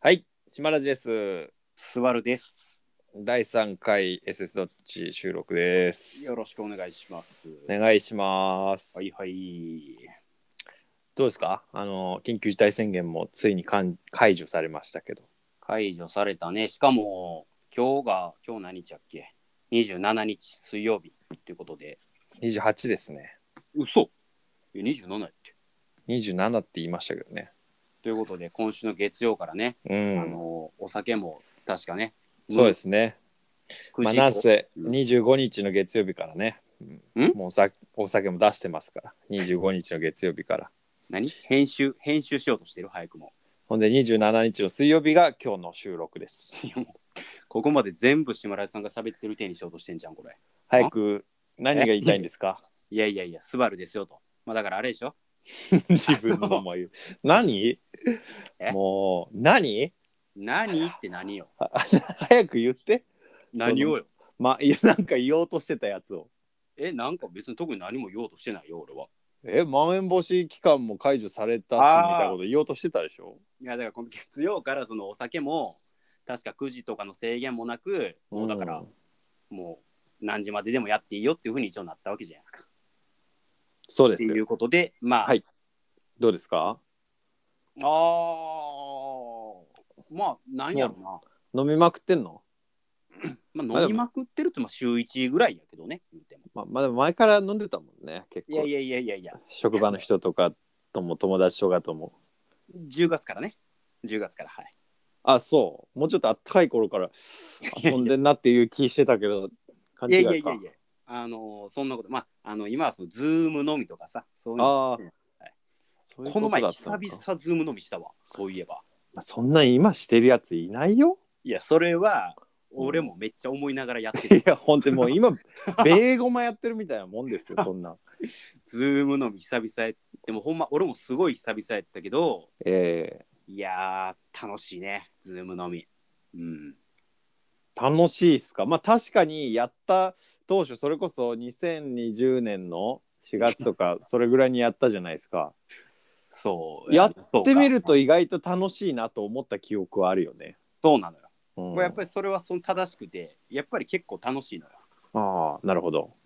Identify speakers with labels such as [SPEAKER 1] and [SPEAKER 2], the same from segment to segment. [SPEAKER 1] はい、島ラジです。
[SPEAKER 2] スバルです。
[SPEAKER 1] 第3回 SS どっち収録です
[SPEAKER 2] よ。ろしくお願いします。
[SPEAKER 1] お願いします。
[SPEAKER 2] はいはい。
[SPEAKER 1] どうですかあの、緊急事態宣言もついにかん解除されましたけど。
[SPEAKER 2] 解除されたね。しかも、今日が、今日何日やっけ ?27 日、水曜日ということで。
[SPEAKER 1] 28ですね。
[SPEAKER 2] 嘘え、27やって。
[SPEAKER 1] 27って言いましたけどね。
[SPEAKER 2] ということで、今週の月曜からね、
[SPEAKER 1] う
[SPEAKER 2] あ
[SPEAKER 1] ん。
[SPEAKER 2] の、お酒も確かね、
[SPEAKER 1] そうですね。
[SPEAKER 2] 9
[SPEAKER 1] まあ、
[SPEAKER 2] 時以
[SPEAKER 1] なん
[SPEAKER 2] 降
[SPEAKER 1] せ
[SPEAKER 2] うん
[SPEAKER 1] 25日の月曜日からね。うん
[SPEAKER 2] ん
[SPEAKER 1] もうさお酒も出してますから。25日の月曜日から。
[SPEAKER 2] 何編集、編集しようとしてる、早くも。
[SPEAKER 1] ほんで27日の水曜日が今日の収録です。
[SPEAKER 2] ここまで全部島田さんが喋ってる手にしようとしてんじゃん、これ。
[SPEAKER 1] 早く何が言いたいんですか
[SPEAKER 2] いやいやいや、スバルですよと。まあ、だからあれでしょ
[SPEAKER 1] 自分の名前言う。何
[SPEAKER 2] え
[SPEAKER 1] もう何
[SPEAKER 2] 何って何よ。
[SPEAKER 1] あ早く言って。
[SPEAKER 2] 何をよ。
[SPEAKER 1] ま、いやなんか言おうとしてたやつを。
[SPEAKER 2] え、なんか別に特に何も言おうとしてないよ、俺は。
[SPEAKER 1] え、まん延防止期間も解除されたしみ
[SPEAKER 2] あー
[SPEAKER 1] たいなこと言おうとしてたでしょ
[SPEAKER 2] いや、だからこの月曜からそのお酒も、確か9時とかの制限もなく、もうだから
[SPEAKER 1] ん、
[SPEAKER 2] もう何時まででもやっていいよっていうふうに一応なったわけじゃないですか。
[SPEAKER 1] そうで
[SPEAKER 2] って
[SPEAKER 1] す
[SPEAKER 2] い
[SPEAKER 1] よ。
[SPEAKER 2] うことで、まあ、
[SPEAKER 1] はいどうですか
[SPEAKER 2] あーまあ、なんやろうな。
[SPEAKER 1] 飲みまくってんの
[SPEAKER 2] まあ、飲みまくってるって、まあ、週1ぐらいやけどね、言うて
[SPEAKER 1] ま
[SPEAKER 2] も。
[SPEAKER 1] まあでも前から飲んでたもんね。結
[SPEAKER 2] いや
[SPEAKER 1] 構
[SPEAKER 2] い。やいやいやいや、
[SPEAKER 1] 職場の人とかとも友達とかとも。
[SPEAKER 2] 10月からね。10月から、はい。
[SPEAKER 1] あ、そう。もうちょっとあったかい頃から遊んでんなっていう気してたけど、勘
[SPEAKER 2] いや
[SPEAKER 1] 違い
[SPEAKER 2] い
[SPEAKER 1] か。
[SPEAKER 2] やいやいや、あのーそんなこと、まあ、あの今はその、ズームのみとかさ、そういうの
[SPEAKER 1] ああ、そういう
[SPEAKER 2] この
[SPEAKER 1] とだ
[SPEAKER 2] 前
[SPEAKER 1] った
[SPEAKER 2] 久
[SPEAKER 1] か
[SPEAKER 2] 々ズーム飲みしたわそういえば
[SPEAKER 1] まあそんなん今してるやついないよ。
[SPEAKER 2] いやそれは俺もめっちゃ思いながらやってる、
[SPEAKER 1] いや、本当にもう 今、ベーゴマやってるみたいなもんですよ、そんな。
[SPEAKER 2] ズーム飲み久々やでもほんま俺もすごい久々やったけど
[SPEAKER 1] え
[SPEAKER 2] いやー楽しいねズーム飲みうん
[SPEAKER 1] ー楽しいっすか。まあ確かにやった当初、それこそ2020年の4月と か、それぐらいにやったじゃないですか。
[SPEAKER 2] そう
[SPEAKER 1] や
[SPEAKER 2] っ
[SPEAKER 1] やってみると意外と楽しいなと思った記憶はあるよね。
[SPEAKER 2] そうなのよ、
[SPEAKER 1] うん
[SPEAKER 2] これやっぱりそれはその正しくてやっぱり結構楽しいのよ
[SPEAKER 1] ああ、なるほど。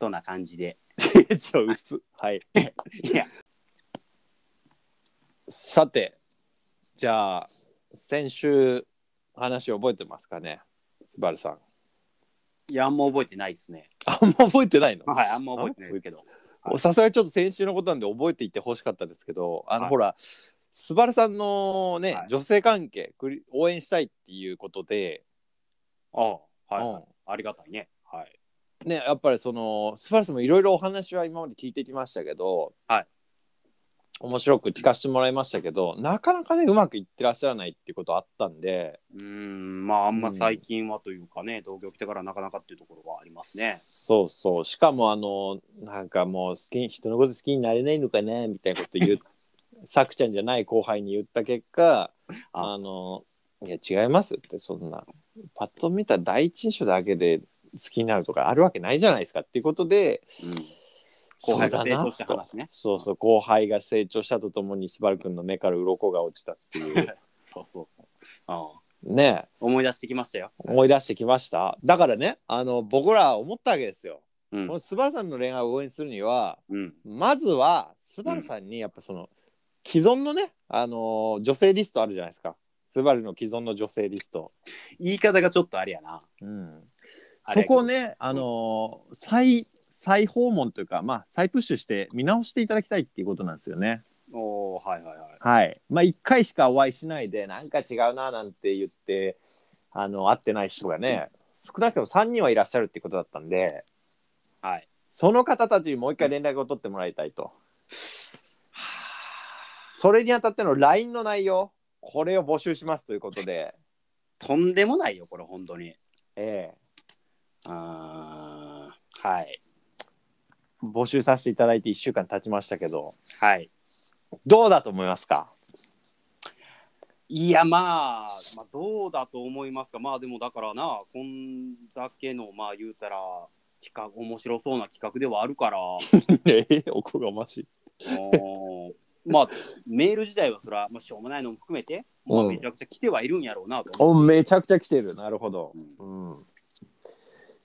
[SPEAKER 2] どんな感じで
[SPEAKER 1] ちょ、薄。はい。
[SPEAKER 2] いや
[SPEAKER 1] さて、じゃあ、先週話覚えてますかね、スバルさん。
[SPEAKER 2] いやあんま覚えてないですね
[SPEAKER 1] あんま覚えて ないの
[SPEAKER 2] はいあんま覚えてないですけどはい
[SPEAKER 1] さすがにちょっと先週のことなんで覚えていてほしかったですけどあの、
[SPEAKER 2] はい
[SPEAKER 1] ほらスバルさんのね、
[SPEAKER 2] はい
[SPEAKER 1] 女性関係くり応援したいっていうことで、
[SPEAKER 2] ああはい、
[SPEAKER 1] うん
[SPEAKER 2] ありがたいねはい
[SPEAKER 1] ね、やっぱりそのスバルさんもいろいろお話は今まで聞いてきましたけど、
[SPEAKER 2] はい
[SPEAKER 1] 面白く聞かせてもらいましたけどなかなかねうまくいってらっしゃらないっていうことあったんで、
[SPEAKER 2] うーんまああんま最近はというかね、同居来てからなかなかっていうところはありますね。
[SPEAKER 1] そうそうしかもあのなんかもう好き人のこと好きになれないのかねみたいなこと言 うさくちゃんじゃない後輩に言った結果
[SPEAKER 2] あ
[SPEAKER 1] あのいや違いますってそんなパッと見た第一印象だけで好きになるとかあるわけないじゃないですかっていうことで
[SPEAKER 2] うん、後輩が成長し
[SPEAKER 1] そ
[SPEAKER 2] た
[SPEAKER 1] うだなと
[SPEAKER 2] 話ね。
[SPEAKER 1] そうそう後輩が成長したとともにスバル君の目から鱗が落ちたっていう
[SPEAKER 2] そうそうそう。ああ
[SPEAKER 1] ね
[SPEAKER 2] 思い出してきましたよ。
[SPEAKER 1] 思い出してきましただからねあの僕ら思ったわけですよ、こ
[SPEAKER 2] うん
[SPEAKER 1] の。スバルさんの恋愛を応援するには
[SPEAKER 2] うん。
[SPEAKER 1] まずはスバルさんにやっぱその、既存のねあの女性リストあるじゃないですかスバルの既存の女性リスト
[SPEAKER 2] 言い方がちょっとあれやな。
[SPEAKER 1] うん、
[SPEAKER 2] あ
[SPEAKER 1] そ
[SPEAKER 2] れ
[SPEAKER 1] こをね、あのー再再訪問というか、まあ、再プッシュして見直していただきたいっていうことなんですよね。
[SPEAKER 2] おおはいはいはい。
[SPEAKER 1] はい。まあ、1回しかお会いしないで、なんか違うななんて言って、あの、会ってない人がね、少なくとも3人はいらっしゃるってことだったんで、
[SPEAKER 2] はい。
[SPEAKER 1] その方たちにもう一回連絡を取ってもらいたいと。それにあたっての LINE の内容、これを募集しますということで、
[SPEAKER 2] とんでもないよ、これ、本当に。
[SPEAKER 1] ええ
[SPEAKER 2] あーはい。
[SPEAKER 1] 募集させていただいて1週間経ちましたけど、
[SPEAKER 2] はい。
[SPEAKER 1] どうだと思います か
[SPEAKER 2] いや、まあ、まあ、どうだと思いますか。まあ、でも、だからな、こんだけの、まあ、言うたら、企画、面白そうな企画ではあるから。
[SPEAKER 1] ええおこがましい。
[SPEAKER 2] おーまあ、メール自体はそれは、まあ、しょうもないのも含めて、まあ、
[SPEAKER 1] うん
[SPEAKER 2] めちゃくちゃ来てはいるんやろうなと思
[SPEAKER 1] おめちゃくちゃ来てるなるほど
[SPEAKER 2] う、うん
[SPEAKER 1] うん、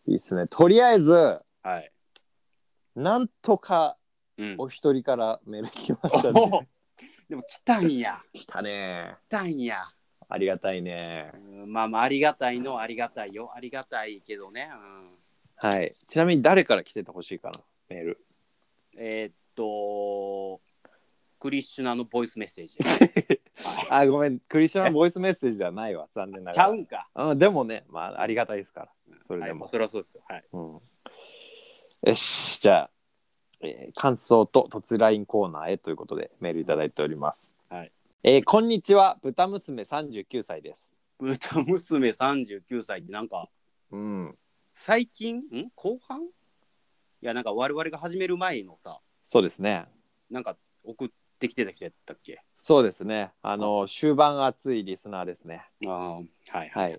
[SPEAKER 1] いいっすねとりあえず
[SPEAKER 2] はい。
[SPEAKER 1] なんとか
[SPEAKER 2] うん、
[SPEAKER 1] お一人からメール来ましたね
[SPEAKER 2] おでも来たんや。
[SPEAKER 1] 来たね
[SPEAKER 2] 来たんや。
[SPEAKER 1] ありがたいね
[SPEAKER 2] うんまあまあ、ありがたいのはありがたいよ。ありがたいけどね。うん、
[SPEAKER 1] はいちなみに誰から来ててほしいかなメール
[SPEAKER 2] えーっと、クリシュナのボイスメッセージ。
[SPEAKER 1] あごめんクリスチャンのボイスメッセージじゃないわ残念な
[SPEAKER 2] ちゃ
[SPEAKER 1] が
[SPEAKER 2] うんか。
[SPEAKER 1] らうんでもねまあありがたいですからそれ
[SPEAKER 2] は
[SPEAKER 1] で
[SPEAKER 2] い、
[SPEAKER 1] も
[SPEAKER 2] まあそれはそうですよ。はい。
[SPEAKER 1] うんよしじゃあ、えー感想と突ラインコーナーへということでメールいただいております、
[SPEAKER 2] はい
[SPEAKER 1] えーこんにちは豚娘39歳です
[SPEAKER 2] 歌娘39歳ってなんか、
[SPEAKER 1] うん
[SPEAKER 2] 最近、ん後半いや、なんか我々が始める前のさ、
[SPEAKER 1] そうですね
[SPEAKER 2] なんか送ってきてた人やったっけ
[SPEAKER 1] そうですねあの終盤熱いリスナーですね
[SPEAKER 2] ああ、はいは。
[SPEAKER 1] はいい、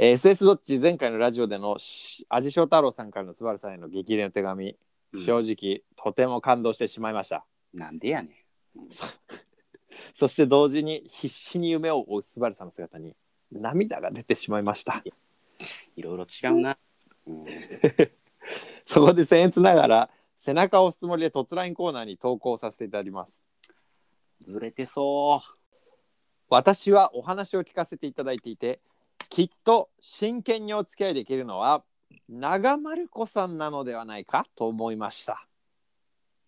[SPEAKER 1] えー SS どっち前回のラジオでのし味翔太郎さんからのスバルさんへの激励の手紙、
[SPEAKER 2] うん
[SPEAKER 1] 正直とても感動してしまいました
[SPEAKER 2] なんでやねん。
[SPEAKER 1] そして同時に必死に夢を追うスバルさんの姿に涙が出てしまいました
[SPEAKER 2] いろいろ違うな。うん
[SPEAKER 1] そこで僭越ながら背中を押すつもりで突ラインコーナーに投稿させていただきます。
[SPEAKER 2] ずれてそ
[SPEAKER 1] 私はお話を聞かせていただいていて、きっと真剣にお付き合いできるのは長丸子さんなのではないかと思いました。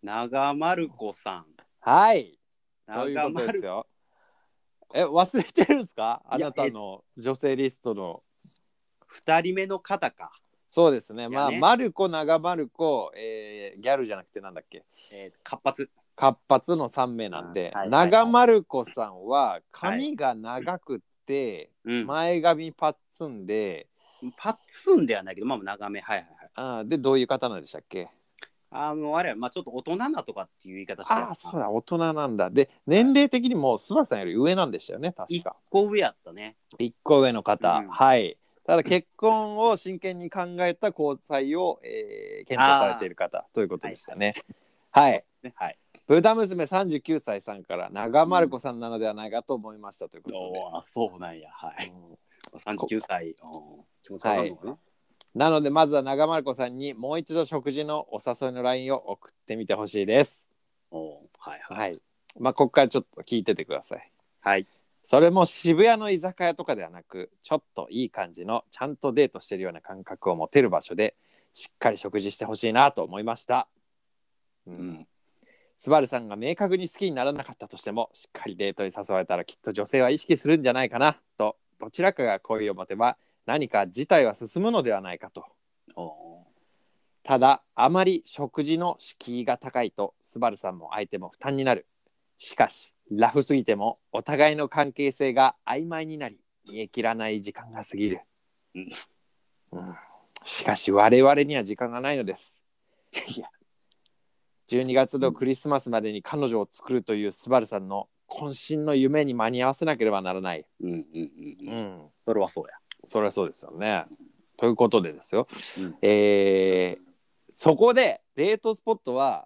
[SPEAKER 2] う。長丸子さん。
[SPEAKER 1] はい。という
[SPEAKER 2] 長
[SPEAKER 1] ことです
[SPEAKER 2] 丸
[SPEAKER 1] よ。え、忘れてるんですかあ
[SPEAKER 2] いや
[SPEAKER 1] なたの女性リストの。
[SPEAKER 2] 二人目の方か。
[SPEAKER 1] そうですね。まあ、
[SPEAKER 2] いやね
[SPEAKER 1] 丸子、長丸子、えーギャルじゃなくてなんだっけ
[SPEAKER 2] えー、活発。
[SPEAKER 1] 活発の3名なんで、
[SPEAKER 2] あはい
[SPEAKER 1] 長丸子さんは髪が長くて、
[SPEAKER 2] うん。
[SPEAKER 1] 前髪パッツンで、
[SPEAKER 2] パッツンではないけど、まあ長め。はいはいはい。
[SPEAKER 1] あーでどういう方なんでしたっけ
[SPEAKER 2] あの、あれは、まあちょっと大人なとかっていう言い方して
[SPEAKER 1] ああそうだ大人なんだで年齢的にもスバルさんより上なんでしたよね確
[SPEAKER 2] 一
[SPEAKER 1] か
[SPEAKER 2] 個上やったね。
[SPEAKER 1] 1個上の方、
[SPEAKER 2] うん
[SPEAKER 1] はいただ結婚を真剣に考えた交際を、えー検討されている方ということでしたねはい、
[SPEAKER 2] ねはい。
[SPEAKER 1] ブダ娘39歳さんから長丸子さんなのではないかと思いましたということで、
[SPEAKER 2] おあ、そうなんや。はい。
[SPEAKER 1] うん
[SPEAKER 2] 39歳。おー気持ちわかるのかな、
[SPEAKER 1] なのでまずは長丸子さんにもう一度食事のお誘いの LINE を送ってみてほしいです。
[SPEAKER 2] おーはいはい。
[SPEAKER 1] はい。まあここからちょっと聞いててください。
[SPEAKER 2] はい。
[SPEAKER 1] それも渋谷の居酒屋とかではなくちょっといい感じのちゃんとデートしてるような感覚を持てる場所でしっかり食事してほしいなと思いました。う。
[SPEAKER 2] うんん。
[SPEAKER 1] スバルさんが明確に好きにならなかったとしてもしっかりデートに誘われたらきっと女性は意識するんじゃないかなとどちらかが恋を持てば何か事態は進むのではないかと
[SPEAKER 2] おー
[SPEAKER 1] ただあまり食事の敷居が高いとスバルさんも相手も負担になるしかしラフすぎてもお互いの関係性が曖昧になり見え切らない時間が過ぎる、
[SPEAKER 2] うん
[SPEAKER 1] うんしかし我々には時間がないのです
[SPEAKER 2] いや
[SPEAKER 1] 12月のクリスマスまでに彼女を作るというスバルさんの渾身の夢に間に合わせなければならない、
[SPEAKER 2] うんうんうん。
[SPEAKER 1] ん、
[SPEAKER 2] それはそうや。
[SPEAKER 1] そりゃそうですよね。ということでですよ、
[SPEAKER 2] うん
[SPEAKER 1] えーそこでデートスポットは、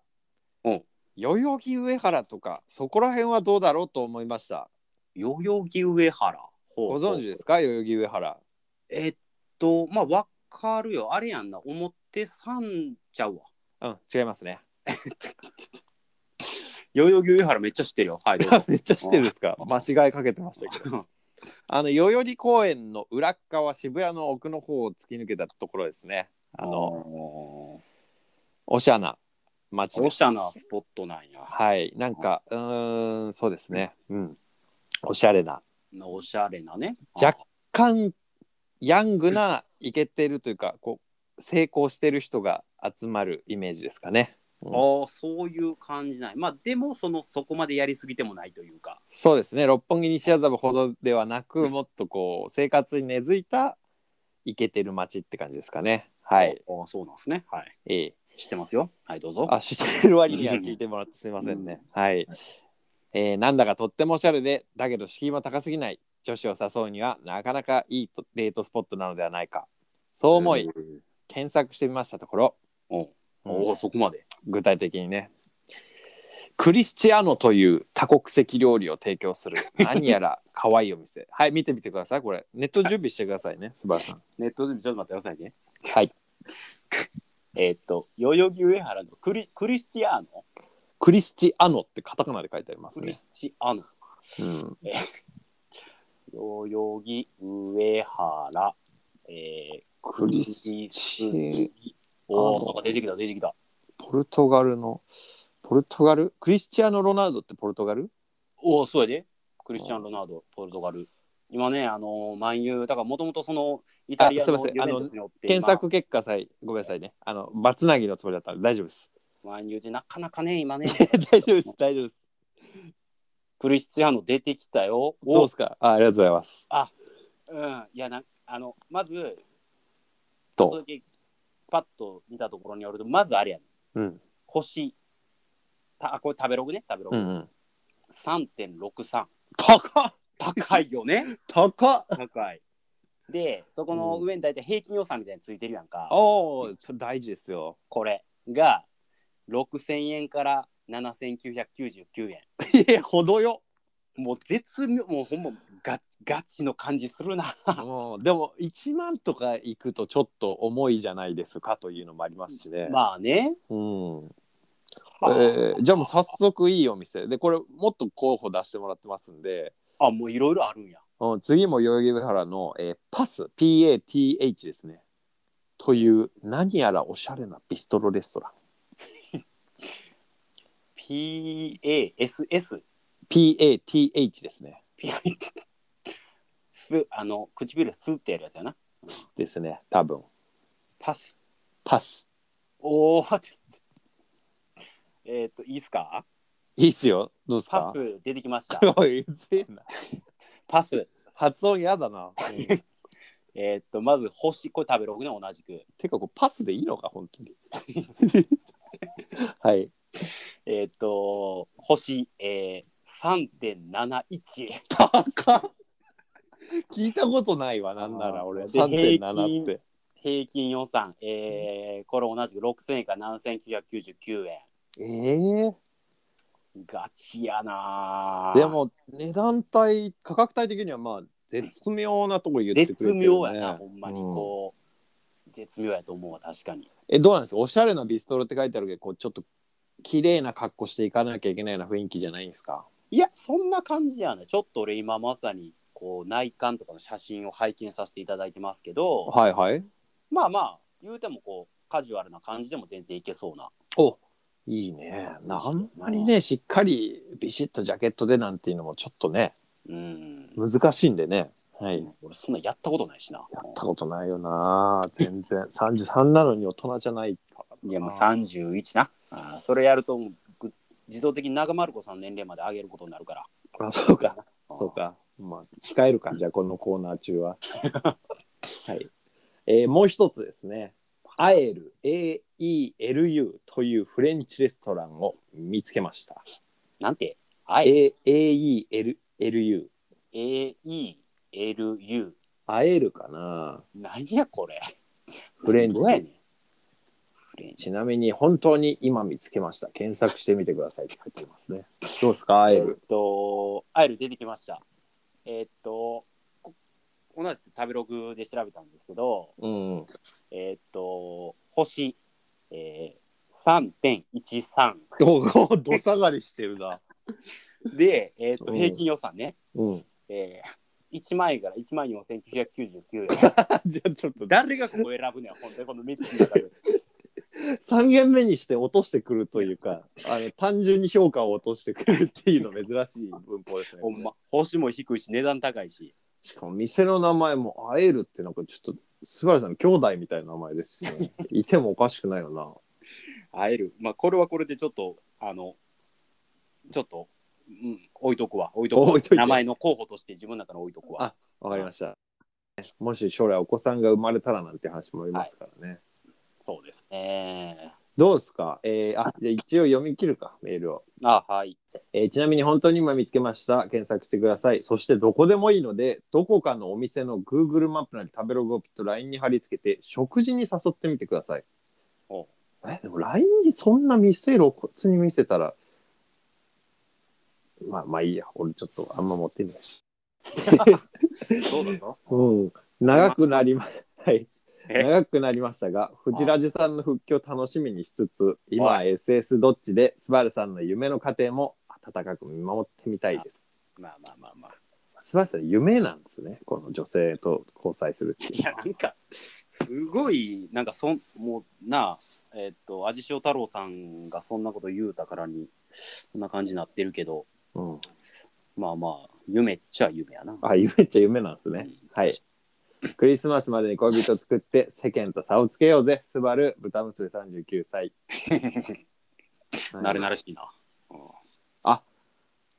[SPEAKER 2] うん
[SPEAKER 1] 代々木上原とかそこら辺はどうだろうと思いました。
[SPEAKER 2] 代々木上原。ほ
[SPEAKER 1] ご
[SPEAKER 2] う
[SPEAKER 1] 存知です
[SPEAKER 2] か
[SPEAKER 1] か代々木上原。
[SPEAKER 2] えっと、まあ、わかるよ。あれやんな。表参ちゃうわ。
[SPEAKER 1] うん違いますね。。
[SPEAKER 2] 代々木上原めっちゃ知ってるよ。はい、どうぞ
[SPEAKER 1] めっちゃ知ってるんですか間違いかけてましたけど。あの代々木公園の裏っ側渋谷の奥の方を突き抜けたところですね。 あの
[SPEAKER 2] の、
[SPEAKER 1] おしゃな町です。
[SPEAKER 2] おしゃなスポットなんや。
[SPEAKER 1] はいなんかうーんそうですね。うんおしゃれな
[SPEAKER 2] おしゃれなね。
[SPEAKER 1] 若干ヤングなイケてるというかこう成功してる人が集まるイメージですかね。
[SPEAKER 2] あーそういう感じない。まあ、でも、その、そこまでやりすぎてもないというか。
[SPEAKER 1] そうですね六本木西麻布ほどではな
[SPEAKER 2] う
[SPEAKER 1] く
[SPEAKER 2] ん
[SPEAKER 1] もっとこう生活に根付いたイケてる街って感じですかね。はい。
[SPEAKER 2] あーそうなんですね。はい。
[SPEAKER 1] ええ
[SPEAKER 2] 知ってますよ。はい、どうぞ。
[SPEAKER 1] あ知ってる割には聞いてもらってすいませんね。はい。えーなんだかとってもおしゃれでだけど敷居も高すぎない女子を誘うにはなかなかいいとデートスポットなのではないかそう思い
[SPEAKER 2] うん。
[SPEAKER 1] 検索してみましたところ
[SPEAKER 2] おおーそこまで。
[SPEAKER 1] 具体的にねクリスチアノという多国籍料理を提供 する何やら可愛いお店はい見てみてくださいこれネット準備してくださいねスバルさん
[SPEAKER 2] ネット準備ちょっと待ってくださいね。
[SPEAKER 1] はい
[SPEAKER 2] えーっと、代々木上原のクリクリスティアーノ
[SPEAKER 1] クリスチアノってカタカナで書いてあります
[SPEAKER 2] ク
[SPEAKER 1] ね、
[SPEAKER 2] リスティアーノ。
[SPEAKER 1] うん、
[SPEAKER 2] 代々木上原。えー、
[SPEAKER 1] クリスチ
[SPEAKER 2] おお、なんか出てきた、出てきた。
[SPEAKER 1] ポルトガルのポルトガルクリスチアーノ・ロナウドってポルトガル
[SPEAKER 2] おお、そうやで。クリスチャン・ロナウド、ポルトガル。今ね、あのー、万有、だからもともとその、イタリア
[SPEAKER 1] あすいま
[SPEAKER 2] の
[SPEAKER 1] せん
[SPEAKER 2] ユベントスにおって、
[SPEAKER 1] 検索結果さえごめんなさいねあのバツナギのつもりだったら大丈夫です
[SPEAKER 2] 今万有でなかなかね、今ね、
[SPEAKER 1] 大丈夫です大丈夫です
[SPEAKER 2] クリスチャンの出てきたよ。
[SPEAKER 1] どう
[SPEAKER 2] お
[SPEAKER 1] ですかあありがとうございます
[SPEAKER 2] うん、いやな、あの、まず、ちょっと
[SPEAKER 1] と
[SPEAKER 2] だけパッと見たところによると、まずあれやね。
[SPEAKER 1] うん
[SPEAKER 2] 星。たあ、これ食べログね、食べ
[SPEAKER 1] う
[SPEAKER 2] ログ。
[SPEAKER 1] んうん
[SPEAKER 2] 3.63。
[SPEAKER 1] 高っ
[SPEAKER 2] 高いよ ね。
[SPEAKER 1] 高っ
[SPEAKER 2] 高い。で、そこの上に大体平均予算みたいについてるやんか。
[SPEAKER 1] おお大事ですよ
[SPEAKER 2] これが6000円から7999円
[SPEAKER 1] いやほどよ
[SPEAKER 2] もう絶妙もうほんまガガチの感じす るな
[SPEAKER 1] もうでも1万とか行くとちょっと重いじゃないですかというのもありますしね、
[SPEAKER 2] まあね、
[SPEAKER 1] うんえ
[SPEAKER 2] は
[SPEAKER 1] ーじゃあもう早速いいお店でこれもっと候補出してもらってますんで、
[SPEAKER 2] ああもういろいろあるんや
[SPEAKER 1] うん、次も代々木上原の、えーパス PATH ですねという何やらおしゃれなビストロレストラン
[SPEAKER 2] PASS
[SPEAKER 1] PATH ですね
[SPEAKER 2] P すあの唇スってやるやつやな
[SPEAKER 1] スですね多分
[SPEAKER 2] パス
[SPEAKER 1] パス
[SPEAKER 2] おおえっといいっすか
[SPEAKER 1] いいっすよどうですか
[SPEAKER 2] パス出てきました
[SPEAKER 1] おいうぜえな
[SPEAKER 2] パス
[SPEAKER 1] 発音嫌だな、うん
[SPEAKER 2] えっとまず星これ食べログね同じく
[SPEAKER 1] てかこうパスでいいのか本当に はい
[SPEAKER 2] えっ、と、星、えー、3.71。
[SPEAKER 1] 高っ聞いたことないわなんなら俺
[SPEAKER 2] で
[SPEAKER 1] 3.7って
[SPEAKER 2] 平均予算、えー、これ同じく6000円から7999円。
[SPEAKER 1] ええ
[SPEAKER 2] ガチやなぁ
[SPEAKER 1] で、も値段帯価格帯的にはまあ絶妙なとこ言ってくれて
[SPEAKER 2] 絶
[SPEAKER 1] る、ね、
[SPEAKER 2] 妙やな、ほんまに
[SPEAKER 1] うん
[SPEAKER 2] こう、絶妙やと思うわ、確かに。
[SPEAKER 1] えどうなんですかおしゃれなビストロって書いてあるけどこうちょっと綺麗な格好していかなきゃいけないような雰囲気じゃないんですか
[SPEAKER 2] いや、そんな感じやね。ちょっと俺今まさに、こう、内観とかの写真を拝見させていただいてますけど、
[SPEAKER 1] はいはい
[SPEAKER 2] まあまあ、言うてもこう、カジュアルな感じでも全然いけそうな。
[SPEAKER 1] おいいねなあんまりねしっかりビシッとジャケットでなんていうのもちょっとね
[SPEAKER 2] うん。
[SPEAKER 1] 難しいんでねはいやっ
[SPEAKER 2] 俺そんなやったことないしな。
[SPEAKER 1] たことないよな全然33なのに大人じゃないからない
[SPEAKER 2] やもう31な。あーそれやるともうぐ自動的に長丸子さんの年齢まで上げることになるから。
[SPEAKER 1] あそうか
[SPEAKER 2] あー
[SPEAKER 1] そうか。まあ、控えるか、じゃあ、このコーナー中 は。はい。えーもう一つですね。アエル、AELU というフレンチレストランを見つけました。
[SPEAKER 2] なんて、I、
[SPEAKER 1] A- AELU。
[SPEAKER 2] A、E、L、U。
[SPEAKER 1] アエルかな
[SPEAKER 2] 何やこれ。
[SPEAKER 1] フレンチ
[SPEAKER 2] どうやねんフレンチ
[SPEAKER 1] ち。なみに、本当に今見つけました。検索してみてくださいって書いてますね。 どうですか、アエ
[SPEAKER 2] えっ
[SPEAKER 1] ル。
[SPEAKER 2] と、アイル出てきました。えっと、こ同じく食べログで調べたんですけど、
[SPEAKER 1] うん。
[SPEAKER 2] えっと、星、えー、3.13。
[SPEAKER 1] ど、ど下がりしてるな。
[SPEAKER 2] で、えっ
[SPEAKER 1] う
[SPEAKER 2] と、
[SPEAKER 1] ん
[SPEAKER 2] 平均予算ね。
[SPEAKER 1] うん。
[SPEAKER 2] えー、1万円から1万4999円。
[SPEAKER 1] じゃあ、ちょっと、
[SPEAKER 2] 誰がここ選ぶねん、本当にこの3つの中で。
[SPEAKER 1] 3軒目にして落としてくるというかあの単純に評価を落としてくるっていうの珍しい文法ですね。
[SPEAKER 2] ほんま、星も低いし、値段高いし。
[SPEAKER 1] しかも店の名前も「会える」ってなんかちょっとスバルさんの兄弟みたいな名前ですよ ね。いてもおかしくないよな。
[SPEAKER 2] 会える。まあ、これはこれでちょっと、あの、ちょっと、うん、置いとくわ。置いとくわ
[SPEAKER 1] 置いといて
[SPEAKER 2] 名前の候補として自分の中に置いとくわ。
[SPEAKER 1] あわかりました。もし将来お子さんが生まれたらなんて話もありますからね。
[SPEAKER 2] そうですね。
[SPEAKER 1] どうですか、えーあじゃあ一応読み切るかメールを。
[SPEAKER 2] あ、はい。
[SPEAKER 1] えーちなみに本当に今見つけました。検索してください。そしてどこでもいいので、どこかのお店の Google マップなり食べログをピッと LINE に貼り付けて、食事に誘ってみてください
[SPEAKER 2] お。
[SPEAKER 1] え、でも LINE にそんな店露骨に見せたら、まあまあいいや、俺ちょっとあんま持ってないし。
[SPEAKER 2] そうだぞ。
[SPEAKER 1] うん、長くなりま、 はい、
[SPEAKER 2] え
[SPEAKER 1] 長くなりましたが、藤ラジさんの復帰を楽しみにしつつ、今は
[SPEAKER 2] は
[SPEAKER 1] SS どっちで、スバルさんの夢の過程も温かく見守ってみたいです。
[SPEAKER 2] まあまあまあまあ。
[SPEAKER 1] スバルさん、夢なんですね、この女性と交際するって
[SPEAKER 2] いや、なんか、すごい、なんかそん、もうなあ、えっと、味塩太郎さんがそんなこと言うたからに、こんな感じになってるけど、
[SPEAKER 1] うん、
[SPEAKER 2] まあまあ、夢っちゃ夢やな。
[SPEAKER 1] あ、夢っちゃ夢なんですね。
[SPEAKER 2] うん
[SPEAKER 1] はい。クリスマスまでに恋人作って世間と差をつけようぜ、スバル、豚娘39歳。
[SPEAKER 2] なれなれしいな。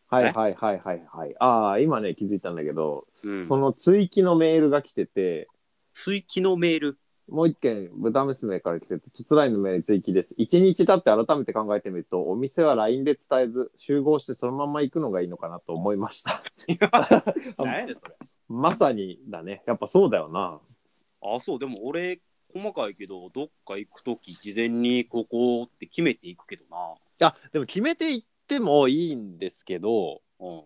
[SPEAKER 1] はいはいはいはいはい。ああ、今ね、気づいたんだけど、
[SPEAKER 2] うん。
[SPEAKER 1] その追記のメールが来てて、
[SPEAKER 2] 追記のメール。
[SPEAKER 1] もう一件、豚娘から来てて、突来のメール追記です。一日経って改めて考えてみると、お店は LINE で伝えず、集合してそのまま行くのがいいのかなと思いま した。
[SPEAKER 2] 何やねんそれ。
[SPEAKER 1] まさにだね。やっぱそうだよな。
[SPEAKER 2] あ、そう、でも俺、細かいけど、どっか行くとき、事前にここって決めていくけどな。
[SPEAKER 1] あ、でも決めて行ってもいいんですけど、
[SPEAKER 2] うん。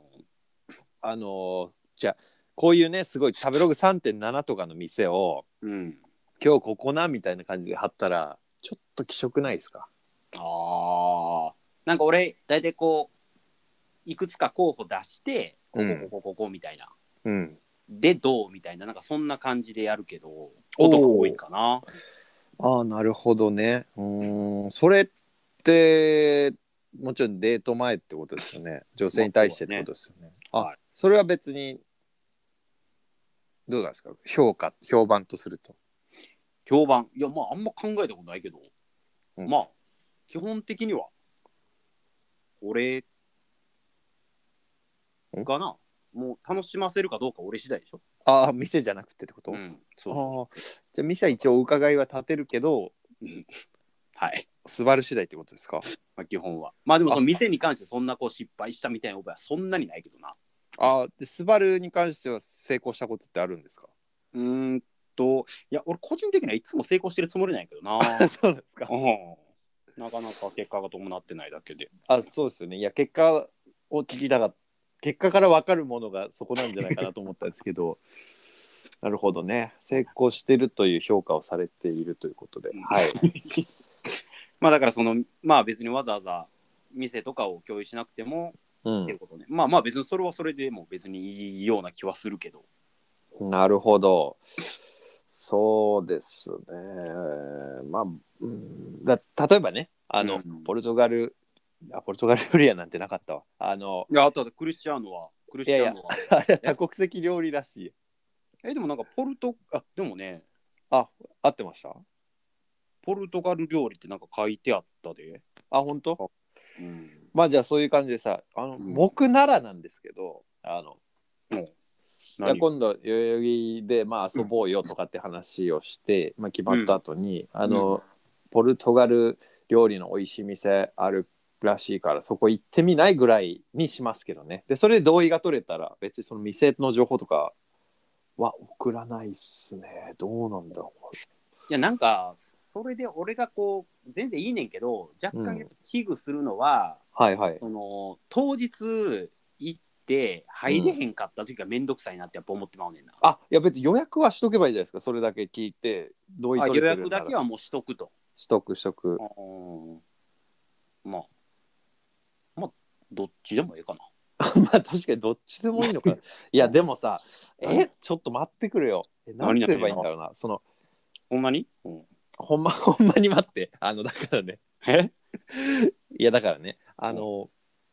[SPEAKER 1] あのーじゃあこういうねすごい食べログ3.7とかの店を
[SPEAKER 2] うん。
[SPEAKER 1] 今日ここなみたいな感じで貼ったらちょっと気色ないですか
[SPEAKER 2] ああ。なんか俺、大体こう、いくつか候補出して、こ
[SPEAKER 1] う
[SPEAKER 2] こ
[SPEAKER 1] ん、
[SPEAKER 2] ここ、ここみたいな。
[SPEAKER 1] うん
[SPEAKER 2] で、どうみたいな、なんかそんな感じでやるけど、ことが多いかな。
[SPEAKER 1] ああなるほどねうーんそれってもちろんデート前ってことですよね女性に対してってことですよね,、
[SPEAKER 2] まあ
[SPEAKER 1] あそれは別にどうなんですか評価評判とすると
[SPEAKER 2] 評判。いや、まあ、あんま考えたことないけど、
[SPEAKER 1] うん
[SPEAKER 2] まあ、基本的には、俺
[SPEAKER 1] ん
[SPEAKER 2] がな、もう楽しませるかどうか俺次第でしょ。
[SPEAKER 1] ああ店じゃなくてってこと、
[SPEAKER 2] うん、そうそう。
[SPEAKER 1] ああじゃあ店は一応お伺いは立てるけど
[SPEAKER 2] はい。
[SPEAKER 1] 素晴る次第ってことですか
[SPEAKER 2] まあ、基本は。まあでもそ
[SPEAKER 1] あ
[SPEAKER 2] の店に関してそんなこう失敗したみたいな覚えはそんなにないけどな。
[SPEAKER 1] あでスバルに関しては成功したことってあるんですか
[SPEAKER 2] うーんと、いや、俺個人的にはいつも成功してるつもりなんやけどな。
[SPEAKER 1] そうなんですか
[SPEAKER 2] うん。なかなか結果が伴ってないだけで。
[SPEAKER 1] あそうですよねいや結果を聞きたかった結果から分かるものがそこなんじゃないかなと思ったんですけ どなるほどね成功してるという評価をされているということで、
[SPEAKER 2] うん
[SPEAKER 1] はい、
[SPEAKER 2] まあだからその、まあ別にわざわざ店とかを共有しなくても
[SPEAKER 1] う
[SPEAKER 2] っていうことね。まあまあ別にそれはそれでも別にいいような気はするけど。
[SPEAKER 1] ん、なるほどそうですねまあ、うん、だ例えばねあの、
[SPEAKER 2] うん
[SPEAKER 1] ポルトガルあポルトガル料理屋なんてなかったわあの
[SPEAKER 2] いや、あとはクリスチャーノは、クリスチャーノは。
[SPEAKER 1] あれは多国籍料理らしい
[SPEAKER 2] え、でもなんかポルト、あ、でもね、
[SPEAKER 1] 合ってました
[SPEAKER 2] ポルトガル料理ってなんか書いてあったで。
[SPEAKER 1] あ本当
[SPEAKER 2] うん。
[SPEAKER 1] まあじゃあそういう感じでさあの、
[SPEAKER 2] うん
[SPEAKER 1] 僕ならなんですけどあのじゃあ
[SPEAKER 2] 何
[SPEAKER 1] 今度代々木でまあ遊ぼうよとかって話をして、まあ、決まった後に、あの、ポルトガル料理の美味しい店あるらしいからそこ行ってみないぐらいにしますけどねでそれで同意が取れたら別にその店の情報とかは送らないっすねどうなんだろう
[SPEAKER 2] いやなんかそれで俺がこう全然いいねんけど若
[SPEAKER 1] う
[SPEAKER 2] 干
[SPEAKER 1] ん
[SPEAKER 2] 危惧するのは、
[SPEAKER 1] はいはい
[SPEAKER 2] その当日行って入れへんかった時が面倒くさいなってやっぱ思ってまうねんな、
[SPEAKER 1] あいや別に予約はしとけばいいじゃないですかそれだけ聞いて同意
[SPEAKER 2] あ
[SPEAKER 1] 取
[SPEAKER 2] 予
[SPEAKER 1] れてる
[SPEAKER 2] 約
[SPEAKER 1] なら
[SPEAKER 2] だけはもうしとくと、
[SPEAKER 1] しとくしとく
[SPEAKER 2] うんまあまあどっちでもええかな
[SPEAKER 1] まあ確かにどっちでもいいのかな。 いやでもさ、えちょっと待ってくれよ。え何
[SPEAKER 2] 何
[SPEAKER 1] すればいいんだろうな。その
[SPEAKER 2] ほんまに、うん、
[SPEAKER 1] ほんま ほんまに待って。あのだからね。
[SPEAKER 2] え
[SPEAKER 1] いやだからね。あの、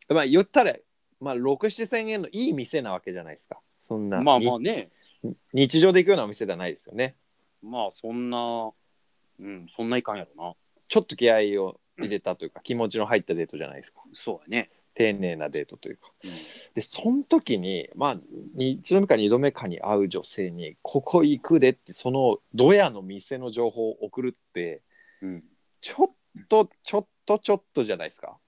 [SPEAKER 1] まあ言ったらまあ六七千円のいい店なわけじゃないですか。そんな、
[SPEAKER 2] まあまあね
[SPEAKER 1] に日常で行くようなお店ではないですよね。
[SPEAKER 2] まあそんなうんそんないかんやろ
[SPEAKER 1] ちょっと気合を入れたというか、気持ちの入ったデートじゃないですか。
[SPEAKER 2] なそうやね、
[SPEAKER 1] 丁寧なデートというか。
[SPEAKER 2] うん
[SPEAKER 1] でその時にまあ一度目か二度目かに会う女性に「ここ行くで」ってそのドヤの店の情報を送るって
[SPEAKER 2] うん
[SPEAKER 1] ちょっとちょっとちょっとじゃないですか。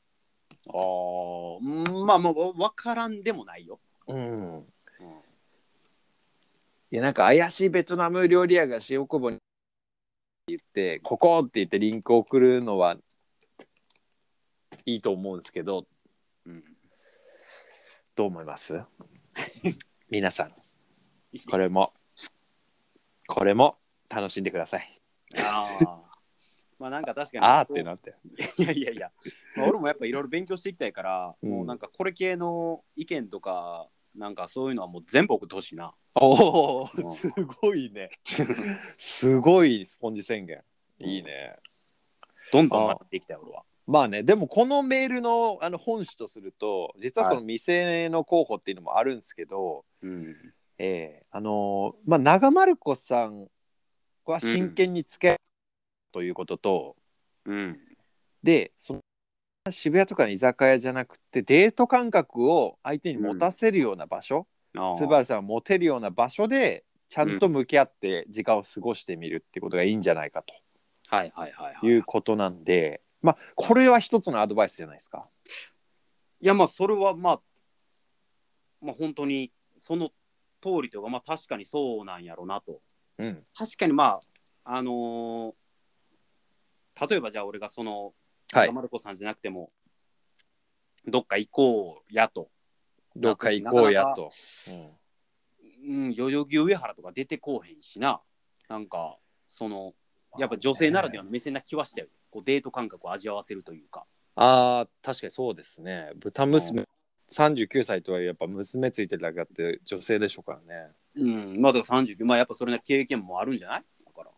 [SPEAKER 2] あーうんまあまあ分からんでもないよ、
[SPEAKER 1] うん、
[SPEAKER 2] うん
[SPEAKER 1] いやなんか怪しいベトナム料理屋が塩こぼにって言って「ここ!」って言ってリンク送るのはいいと思うんですけど
[SPEAKER 2] うん
[SPEAKER 1] どう思います 皆さんこれもこれも楽しんでください
[SPEAKER 2] ああ。まあなんか確かに。
[SPEAKER 1] あーってなって
[SPEAKER 2] いやいやいや、まあ、俺もやっぱいろいろ勉強していきたいから、
[SPEAKER 1] うん
[SPEAKER 2] もうなんかこれ系の意見とか、なんかそういうのはもう全部送ってほしいな。
[SPEAKER 1] おお
[SPEAKER 2] うん
[SPEAKER 1] すごいね すごいスポンジ宣言いいね
[SPEAKER 2] どんどん待っていきたい俺は。
[SPEAKER 1] まあねでもこのメールのあの本旨とすると実はその未成の候補っていうのもあるんですけど、
[SPEAKER 2] うん。
[SPEAKER 1] ええあのーまあ長丸子さんは真剣に付き合うということと、
[SPEAKER 2] うん。
[SPEAKER 1] でその渋谷とかの居酒屋じゃなくてデート感覚を相手に持たせるような場所、
[SPEAKER 2] ああ
[SPEAKER 1] スバルさんは持てるような場所でちゃんと向き合って時間を過ごしてみるってことがいいんじゃないか
[SPEAKER 2] はいはいはい、
[SPEAKER 1] と
[SPEAKER 2] はい。
[SPEAKER 1] い
[SPEAKER 2] いう
[SPEAKER 1] ことなんで、まあこれは一つのアドバイスじゃないですか。
[SPEAKER 2] やまあそれはまあ、まあ本当にその通りというか、まあ確かにそうなんやろうなと。
[SPEAKER 1] うん
[SPEAKER 2] 確かにまあ、あのー例えばじゃあ俺がその、
[SPEAKER 1] はい
[SPEAKER 2] マルコさんじゃなくても、どっか行こうやと。
[SPEAKER 1] どっか行こうやと。うん
[SPEAKER 2] うん、代々木上原とか出てこうへんしな、なんか、その、やっぱ女性ならではの目線な気はしたよ。こうデート感覚を味わわせるというか。
[SPEAKER 1] あー確かにそうですね豚娘、39歳とはいえやっぱ娘ついてるだけあって女性でしょうからね
[SPEAKER 2] うん、まあだから39、まあやっぱそれなり経験もあるんじゃないだから。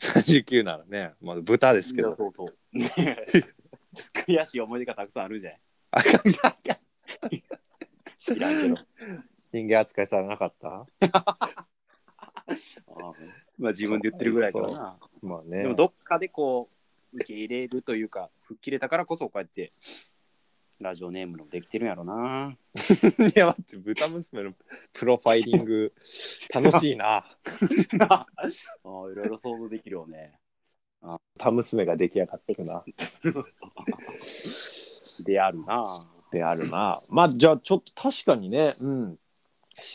[SPEAKER 1] 39ならね、まあ、豚ですけ
[SPEAKER 2] いや
[SPEAKER 1] ど
[SPEAKER 2] そうそう。ねえ悔しい思い出がたくさんあるんじゃない
[SPEAKER 1] あかんかんかん
[SPEAKER 2] 知らんけど。
[SPEAKER 1] 人間扱いされなかった
[SPEAKER 2] ああまあ自分で言ってるぐらいだからな。
[SPEAKER 1] まあね
[SPEAKER 2] でもどっかでこう、受け入れるというか、吹っ切れたからこそこうやって、ラジオネームのできてるんやろな。
[SPEAKER 1] いや待って豚娘のプロファイリン グ楽しいな
[SPEAKER 2] ああいろいろ想像できるよね。
[SPEAKER 1] 豚娘が出来上がってるな
[SPEAKER 2] であるな。
[SPEAKER 1] であるなまあじゃあちょっと確かにねうん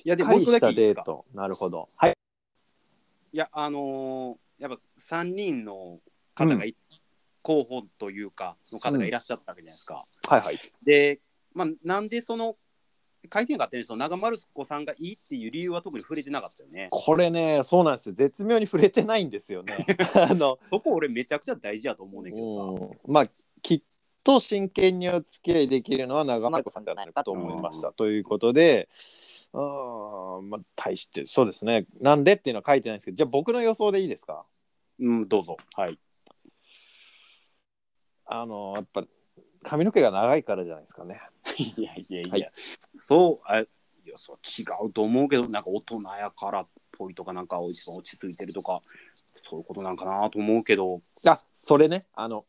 [SPEAKER 2] いや、でも、もう
[SPEAKER 1] 大
[SPEAKER 2] 一個
[SPEAKER 1] し
[SPEAKER 2] だけ
[SPEAKER 1] た
[SPEAKER 2] いいで
[SPEAKER 1] デ
[SPEAKER 2] す
[SPEAKER 1] ー
[SPEAKER 2] か。
[SPEAKER 1] トなるほどはい
[SPEAKER 2] いや、あのーやっぱ3人の方がい、候補というか、の方がいらっしゃったわけじゃないですか。
[SPEAKER 1] はいはい
[SPEAKER 2] で、まあ、なんでその、回転があったように、その長丸子さんがいいっていう理由は特に触れてなかったよね。
[SPEAKER 1] これねそうなんですよ絶妙に触れてないんですよ ねあの
[SPEAKER 2] そこ俺めちゃくちゃ大事やと思うねんだけどさ。
[SPEAKER 1] うんまあきっと真剣にお付き合いできるのは長丸子さんじゃないかと思いました。ということで、うん、まあ大してそうですねなんでっていうのは書いてないんですけどじゃあ僕の予想でいいですか
[SPEAKER 2] うん、どうぞ。はい。
[SPEAKER 1] あのやっぱ髪の毛が長いからじゃないですかね。
[SPEAKER 2] いやいやいや、
[SPEAKER 1] はい
[SPEAKER 2] そう、あいやそう違うと思うけど、なんか大人やからっぽいとか、なんか一番落ち着いてるとか、そういうことなんかなと思うけど、
[SPEAKER 1] あそれねあの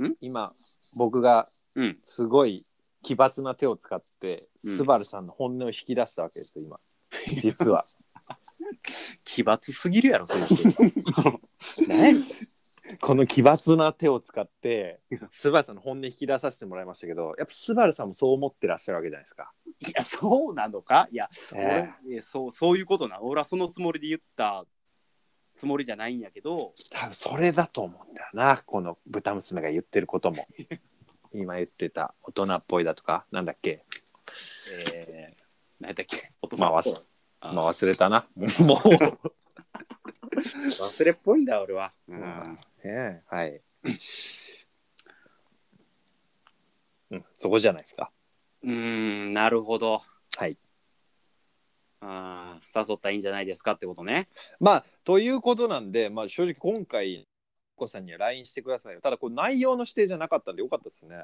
[SPEAKER 2] ん
[SPEAKER 1] 今僕が
[SPEAKER 2] うん
[SPEAKER 1] すごい奇抜な手を使って、
[SPEAKER 2] うん
[SPEAKER 1] スバルさんの本音を引き出したわけです よ今実は。
[SPEAKER 2] 奇抜すぎるやろ、その 人。ね
[SPEAKER 1] この奇抜な手を使ってスバルさんの本音引き出させてもらいましたけどやっぱスバルさんもそう思ってらっしゃるわけじゃないですか。
[SPEAKER 2] いや、そうなのかいや、
[SPEAKER 1] え
[SPEAKER 2] 俺えそう、そういうことな。俺はそのつもりで言ったつもりじゃないんやけど、
[SPEAKER 1] 多分それだと思うんだよなこの豚娘が言ってること も今言ってた大人っぽいだとかなんだっけ
[SPEAKER 2] えー、何だっけ、大人
[SPEAKER 1] まあ忘れ
[SPEAKER 2] あ
[SPEAKER 1] まあ忘れたなもう、
[SPEAKER 2] 忘れっぽいんだ、俺は。う
[SPEAKER 1] うんん、ねえはい、うん、そこじゃないですか
[SPEAKER 2] うーんなるほど。
[SPEAKER 1] はい
[SPEAKER 2] あー誘ったらいいんじゃないですかってことね。
[SPEAKER 1] まあということなんで、まあ、正直今回お子さんには LINE してくださいよただこれ内容の指定じゃなかったんでよかったですね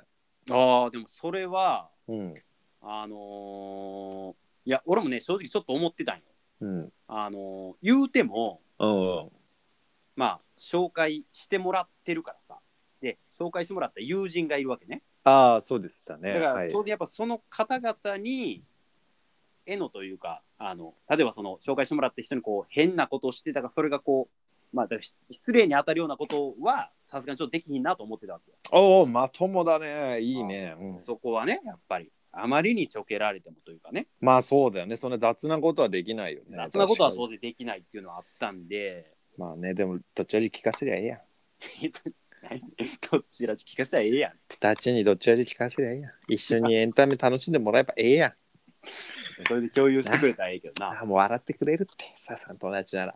[SPEAKER 2] ああでもそれは
[SPEAKER 1] うん
[SPEAKER 2] あのーいや俺もね正直ちょっと思ってたんよ。
[SPEAKER 1] うん
[SPEAKER 2] あのー言うても
[SPEAKER 1] うんうん
[SPEAKER 2] まあ紹介してもらってるからさで紹介してもらった友人がいるわけね。
[SPEAKER 1] ああそうでしたね
[SPEAKER 2] だか
[SPEAKER 1] は
[SPEAKER 2] ら
[SPEAKER 1] い
[SPEAKER 2] 当然やっぱその方々に絵のというかあの例えばその紹介してもらった人にこう変なことをしてたからそれがこう、まあ、だから失礼に当たるようなことはさすがにちょっとできひんなと思ってたわけよ。
[SPEAKER 1] おおまともだねいいね、うん、
[SPEAKER 2] そこはね、やっぱり、あまりにちょけられてもというかね、
[SPEAKER 1] まあそうだよねそんな雑なことはできないよね
[SPEAKER 2] そんなことは
[SPEAKER 1] 確か
[SPEAKER 2] 当然できないっていうのはあったんで、
[SPEAKER 1] にまあねでもどっちより聞かせりゃいいやん
[SPEAKER 2] どちらち聞かせたらええやん。
[SPEAKER 1] たちにどっちより聞かせりゃいいやん一緒にエンタメ楽しんでもらえばええやん
[SPEAKER 2] それで共有してくれたらええけど な。
[SPEAKER 1] あもう笑ってくれるって、ささんと同じなら。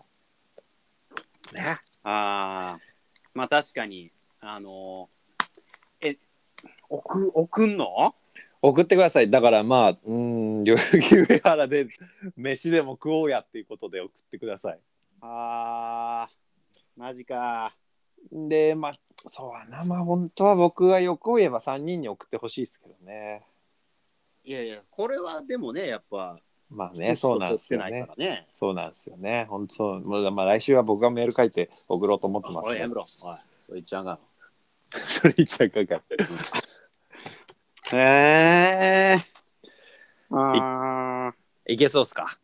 [SPEAKER 1] なあ
[SPEAKER 2] ああ、まあ確かに、あのーえ、送、送んの
[SPEAKER 1] 送ってください。だからまあ、うーん、代々木上原で飯でも食おうやっていうことで送ってください。
[SPEAKER 2] ああ、マジか。
[SPEAKER 1] で、まあ、そうやな、まあ本当は僕が欲を言えば3人に送ってほしいですけどね。
[SPEAKER 2] いやいや、これはでもね、やっぱ、
[SPEAKER 1] まあね、そうなんですよね。
[SPEAKER 2] らね。
[SPEAKER 1] そうなんですよね。本当そう、もうまあ来週は僕がメール書いて送ろうと思ってま
[SPEAKER 2] お
[SPEAKER 1] す、
[SPEAKER 2] い、やめろ。おい、それ言っちゃうか
[SPEAKER 1] それ言っちゃうかか。
[SPEAKER 2] へえー。あ
[SPEAKER 1] いけそうっすか。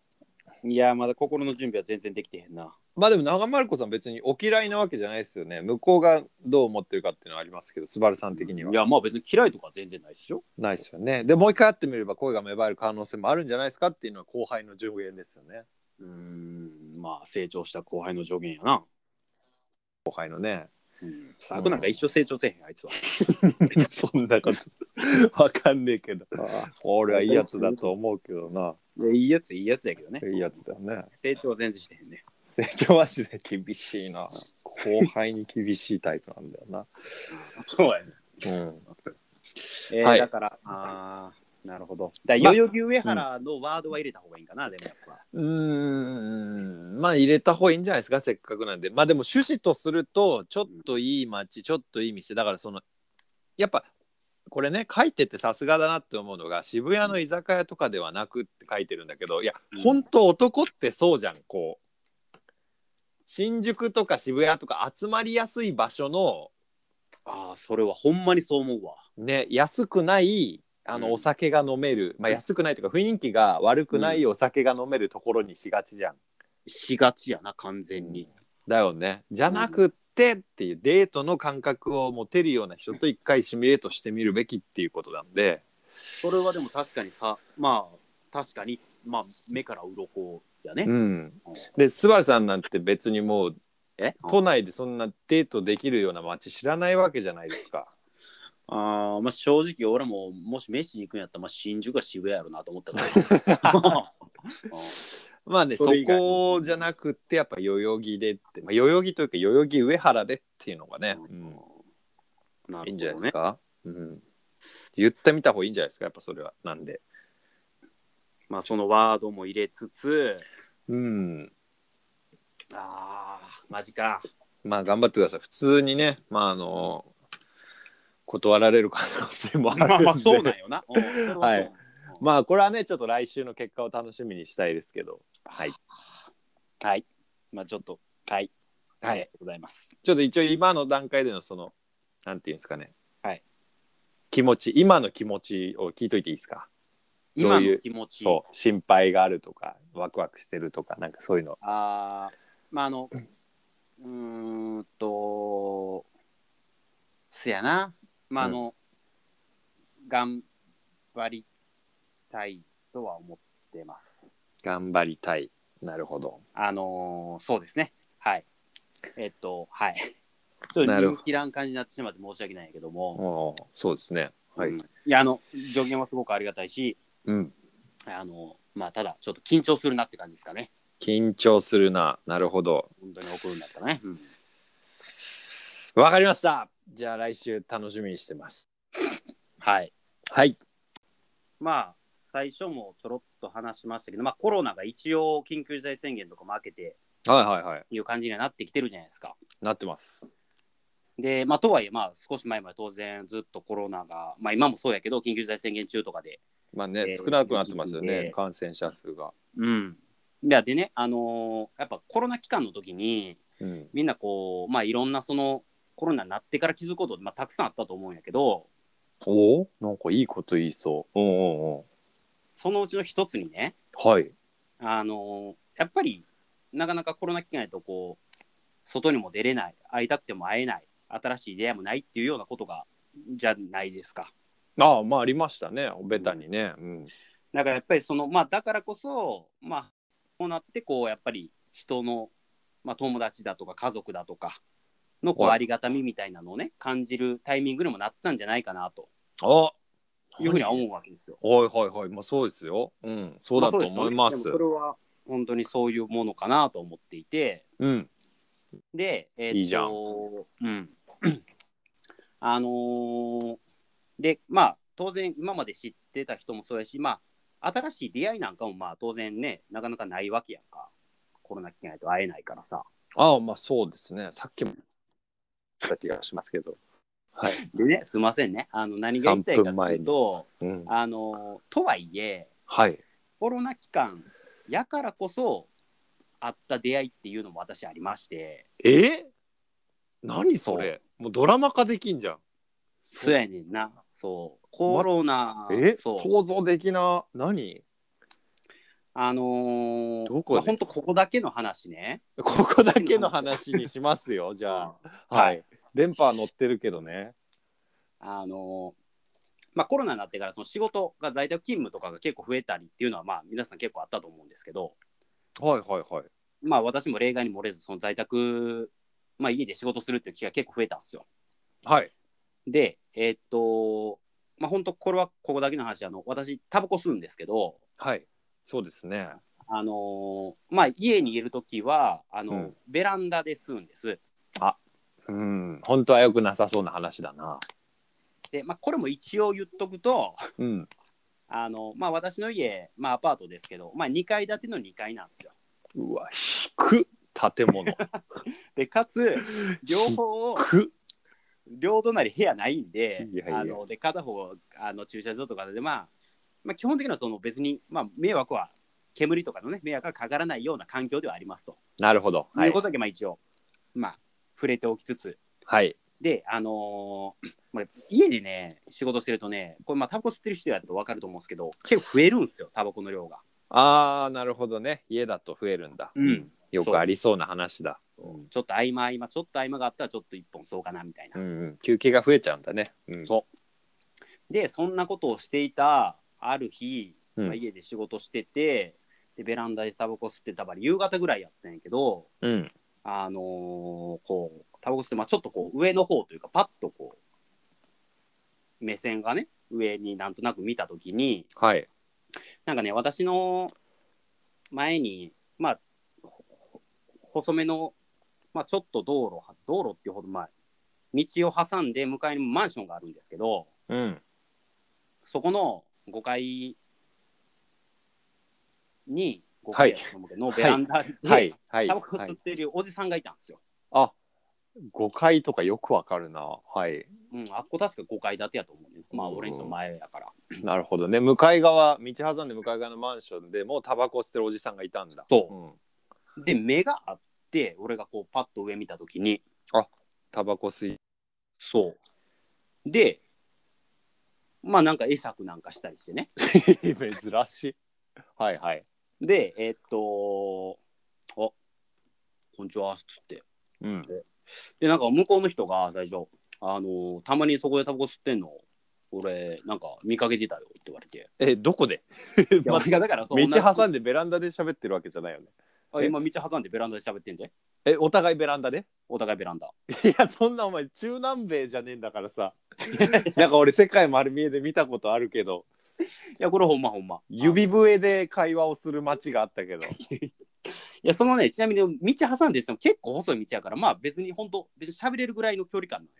[SPEAKER 2] ーいや、まだ心の準備は全然できてへんな。。
[SPEAKER 1] まあでも長丸子さん別にお嫌いなわけじゃないですよね。向こうがどう思ってるかっていうのはありますけど、スバルさん的にはい
[SPEAKER 2] や、まあ別に嫌いとか全然ないっしょ。
[SPEAKER 1] ないですよね。でもう一回会ってみれば声が芽生える可能性もあるんじゃないですかっていうのは後輩の上限ですよね。
[SPEAKER 2] うーん、まあ成長した後輩の助言やな。
[SPEAKER 1] 後輩のね。
[SPEAKER 2] うん、スタークなんか一生成長せえへん、あいつは。
[SPEAKER 1] そんなことわかんねえけど。俺はいいやつだと思うけどな。
[SPEAKER 2] いやいいやつ、いいやつやけどね。
[SPEAKER 1] いいやつだよね。
[SPEAKER 2] 成長は全然してへんね。
[SPEAKER 1] 成長はしない厳しいな。後輩に厳しいタイプなんだよな。
[SPEAKER 2] そうやね。
[SPEAKER 1] うん。
[SPEAKER 2] えー
[SPEAKER 1] はい
[SPEAKER 2] だから、あーなるほど。だから代々木上原のワードは入れた方がいいんかな、でもやっぱ。
[SPEAKER 1] うーんまあ入れた方がいいんじゃないですかせっかくなんでまあでも趣旨とするとちょっといい街ちょっといい店だからそのやっぱこれね書いててさすがだなって思うのが渋谷の居酒屋とかではなくって書いてるんだけどいや
[SPEAKER 2] うん
[SPEAKER 1] 本当男ってそうじゃんこう新宿とか渋谷とか集まりやすい場所の
[SPEAKER 2] ああ、それはほんまにそう思うわ。
[SPEAKER 1] ね安くないあ
[SPEAKER 2] う
[SPEAKER 1] の
[SPEAKER 2] ん
[SPEAKER 1] お酒が飲める、まあ安くないというか雰囲気が悪くないお酒が飲めるところにしがちじゃん
[SPEAKER 2] しがちやな、完全に。
[SPEAKER 1] だよねじゃなくってっていうデートの感覚を持てるような人と一回シミュレートしてみるべきっていうことなんで
[SPEAKER 2] それはでも確かにさ、まあ、確かに、まあ、目から鱗やね。
[SPEAKER 1] んでスバルさんなんて別にもう
[SPEAKER 2] え
[SPEAKER 1] 都内でそんなデートできるような街知らないわけじゃないですか
[SPEAKER 2] ああ、まあ正直俺も、もし飯行くんやったら、まあ、新宿は渋谷やろなと思ったから。 うん
[SPEAKER 1] まあねそ
[SPEAKER 2] それ以外
[SPEAKER 1] こじゃなくってやっぱ代々木でって、まあ、代々木というか代々木上原でっていうの がね、うん
[SPEAKER 2] なるほどね
[SPEAKER 1] いいんじゃないですか、うん、言ってみた方がいいんじゃないですかやっぱそれはなんで
[SPEAKER 2] まあそのワードも入れつつ、
[SPEAKER 1] うん
[SPEAKER 2] ああ、マジか。
[SPEAKER 1] まあ頑張ってください。普通にね、まああの、断られる可能性もあるんで。
[SPEAKER 2] まあまあそうなんん よな。うんそれはそう
[SPEAKER 1] はいまあこれはね、ちょっと来週の結果を楽しみにしたいですけど。はい。
[SPEAKER 2] はい。まあちょっと、はい。
[SPEAKER 1] はい
[SPEAKER 2] ありがとうございます。
[SPEAKER 1] ちょっと一応今の段階でのその、なんていうんですかね。
[SPEAKER 2] はい。
[SPEAKER 1] 気持ち、今の気持ちを聞いといていいですか。ど
[SPEAKER 2] 今
[SPEAKER 1] ういう
[SPEAKER 2] の気持ち。
[SPEAKER 1] そう、心配があるとか、ワクワクしてるとか、なんかそういうの。
[SPEAKER 2] ああ、まああの、うーんと、すやな。まああの、頑張りたいとは思ってます。
[SPEAKER 1] 頑張りたい。なるほど。
[SPEAKER 2] あのーそうですね。はい。えっと、はい。 ちょっと
[SPEAKER 1] なるほ
[SPEAKER 2] 人気らん感じになってしまって申し訳ないんやけども。
[SPEAKER 1] おーそうですね。はい。
[SPEAKER 2] うんいや、あの、助言はすごくありがたいし、
[SPEAKER 1] うん。
[SPEAKER 2] あの、まあ、ただ、ちょっと緊張するなって感じですかね。
[SPEAKER 1] 緊張するな。なるほど。
[SPEAKER 2] 本当に怒るんだったらね。うん
[SPEAKER 1] わかりました。じゃあ来週楽しみにしてます。
[SPEAKER 2] はい。
[SPEAKER 1] はい。
[SPEAKER 2] まあ、最初もちょろっと話しましたけど、まあ、コロナが一応、緊急事態宣言とかも明けて
[SPEAKER 1] はいはいはい。
[SPEAKER 2] いう感じにはなってきてるじゃないですか。
[SPEAKER 1] なってます。
[SPEAKER 2] で、まあ、とはいえ、まあ、少し前まで当然、ずっとコロナが、まあ、今もそうやけど、緊急事態宣言中とかで、
[SPEAKER 1] まあね、
[SPEAKER 2] えー
[SPEAKER 1] 少なくなってますよね、
[SPEAKER 2] えー
[SPEAKER 1] 感染者数が。
[SPEAKER 2] うん。いやでね、あのーやっぱコロナ期間の時に、
[SPEAKER 1] うん。
[SPEAKER 2] みんなこう、まあいろんなそのコロナになってから気づくこと、まあたくさんあったと思うんやけど、
[SPEAKER 1] おおなんかいいこと言いそう。うんうんうん。
[SPEAKER 2] そのうちの一つにね、
[SPEAKER 1] はい。
[SPEAKER 2] あのーやっぱりなかなかコロナ期間やとこう、外にも出れない、会いたくても会えない、新しい出会いもないっていうようなことが、じゃないですか。
[SPEAKER 1] ああ、まあありましたね、おべたにね。うん。
[SPEAKER 2] だからやっぱりその、まあだからこそ、まあ、こうなってこう、やっぱり人の、まあ友達だとか家族だとか、のこう
[SPEAKER 1] はい
[SPEAKER 2] ありがたみみたいなのをね、感じるタイミングにもなったんじゃないかなと。
[SPEAKER 1] あ
[SPEAKER 2] いうふうには思うわけですよ。
[SPEAKER 1] はいはいはい、まあそうですよ。うん、そうだと思いま
[SPEAKER 2] あ
[SPEAKER 1] す。
[SPEAKER 2] そうですよねでもそれは本当にそういうものかなと思っていて、
[SPEAKER 1] うん、
[SPEAKER 2] で、えーっと
[SPEAKER 1] いいじゃん
[SPEAKER 2] うん。 あのーで、まあ、当然、今まで知ってた人もそうやし、まあ、新しい出会いなんかも、まあ、当然ね、なかなかないわけやんか。コロナ期間やと会えないからさ。
[SPEAKER 1] ああ、まあそうですね。さっきも言った気がしますけど。はい。
[SPEAKER 2] でね、すいませんね。あの、何が言いたいか
[SPEAKER 1] 3分
[SPEAKER 2] と
[SPEAKER 1] 前
[SPEAKER 2] いう
[SPEAKER 1] に
[SPEAKER 2] と、
[SPEAKER 1] うん、
[SPEAKER 2] あのーとはいえ、
[SPEAKER 1] はい。
[SPEAKER 2] コロナ期間やからこそ、あった出会いっていうのも私ありまして、
[SPEAKER 1] えー何それもうドラマ化できんじゃん。
[SPEAKER 2] そうやねんな、そう、コロナ、
[SPEAKER 1] え
[SPEAKER 2] そう、
[SPEAKER 1] 想像できな。何
[SPEAKER 2] あのー、
[SPEAKER 1] どこで
[SPEAKER 2] まあ、ほんとここだけの話ね。
[SPEAKER 1] ここだけの話にしますよ、じゃあ。
[SPEAKER 2] はい
[SPEAKER 1] はい。電波は乗ってるけどね。
[SPEAKER 2] あのーまあ、コロナになってからその仕事が在宅勤務とかが結構増えたりっていうのはまあ皆さん結構あったと思うんですけど、
[SPEAKER 1] はいはいはい。
[SPEAKER 2] まあ、私も例外に漏れずその在宅、まあ、家で仕事するっていう機会結構増えたんですよ。
[SPEAKER 1] はい。
[SPEAKER 2] でえーっとまあ本当これはここだけの話あの私タバコ吸うんですけど、
[SPEAKER 1] はい。そうですね。
[SPEAKER 2] あのーまあ、家にいる時はあの、
[SPEAKER 1] うん
[SPEAKER 2] ベランダで吸うんです。
[SPEAKER 1] うん。本当は良くなさそうな話だな。
[SPEAKER 2] で、まあ、これも一応言っとくと
[SPEAKER 1] うん。
[SPEAKER 2] あのまあ私の家、まあ、アパートですけど、まあ、2階建ての2階なんですよ。
[SPEAKER 1] うわ、低っ建 物。
[SPEAKER 2] で かつ両方を
[SPEAKER 1] く
[SPEAKER 2] 両隣部屋ないんで
[SPEAKER 1] いやいや
[SPEAKER 2] あので片方あの駐車場とかで、まあ、まあ基本的にはその別に、まあ、迷惑は煙とかのね迷惑がかからないような環境ではありますと、
[SPEAKER 1] なるほど。
[SPEAKER 2] い、
[SPEAKER 1] は
[SPEAKER 2] う
[SPEAKER 1] い
[SPEAKER 2] こ。とだけまあ一応、まあ、触れておきつつ
[SPEAKER 1] はい。
[SPEAKER 2] であのーこれ家でね仕事してるとねこれまあタバコ吸ってる人やと分かると思うんですけど結構増えるんですよタバコの量が。
[SPEAKER 1] ああ、なるほどね。家だと増えるんだ。
[SPEAKER 2] うん
[SPEAKER 1] よくありそうな話だ。
[SPEAKER 2] ちょっと合間合間ちょっと合間があったらちょっと一本吸おうかなみたいな
[SPEAKER 1] うん、うん。休憩が増えちゃうんだね。うん。
[SPEAKER 2] そでそんなことをしていたある日、
[SPEAKER 1] うん
[SPEAKER 2] まあ家で仕事しててでベランダでタバコ吸ってたばり夕方ぐらいやったんやけど
[SPEAKER 1] うん。
[SPEAKER 2] あのーこうタバコ吸って、まあ、ちょっとこう上の方というかパッとこう目線がね上になんとなく見た時に
[SPEAKER 1] はい。
[SPEAKER 2] なんかね私の前にまあほほ細めの、まあ、ちょっと道路道路っていうほどまあ道を挟んで向かいにマンションがあるんですけど、
[SPEAKER 1] うん。
[SPEAKER 2] そこの5階に、5階やったと思うけどのベランダで、
[SPEAKER 1] はい。はい。
[SPEAKER 2] タバコ
[SPEAKER 1] は
[SPEAKER 2] 吸
[SPEAKER 1] い
[SPEAKER 2] ってるおじさんがいたんですよ。
[SPEAKER 1] あ、誤解とかよくわかるな。はい。
[SPEAKER 2] うん、あっこ確か5階建てやと思うね。まあ、
[SPEAKER 1] うん
[SPEAKER 2] 俺んちの前やから。
[SPEAKER 1] なるほどね。向かい側、道挟んで向かい側のマンションでもうタバコ吸ってるおじさんがいたんだ。
[SPEAKER 2] そう
[SPEAKER 1] うん。
[SPEAKER 2] で、目があって、俺がこう、パッと上見たときに、
[SPEAKER 1] タバコ吸い。
[SPEAKER 2] そう。で、まあ、なんか会釈なんかしたりしてね。
[SPEAKER 1] 珍しい。はいはい。
[SPEAKER 2] で、えーっと、あこんにちは、つって。
[SPEAKER 1] うん。
[SPEAKER 2] で、なんか向こうの人が、大丈夫。あのーたまにそこでタバコ吸ってんの、俺、なんか見かけてたよって言われて。
[SPEAKER 1] え、どこ で
[SPEAKER 2] いや、俺がだからそ
[SPEAKER 1] 道
[SPEAKER 2] う
[SPEAKER 1] 挟
[SPEAKER 2] ん
[SPEAKER 1] んでベランダで喋ってるわけじゃないよね。
[SPEAKER 2] あ今、道挟んでベランダで喋ってんで。
[SPEAKER 1] え、お互いベランダで
[SPEAKER 2] お互いベランダ。
[SPEAKER 1] いやそんなお前中南米じゃねえんだから さなんか俺世界丸見えで見たことあるけど
[SPEAKER 2] いや、これほんまほんま。い
[SPEAKER 1] 指笛で会話をする街があったけ ど
[SPEAKER 2] や、そのね、ちなみに道挟んでしても結構細い道やから、まあ別に本当別に喋れるぐらいの距離感な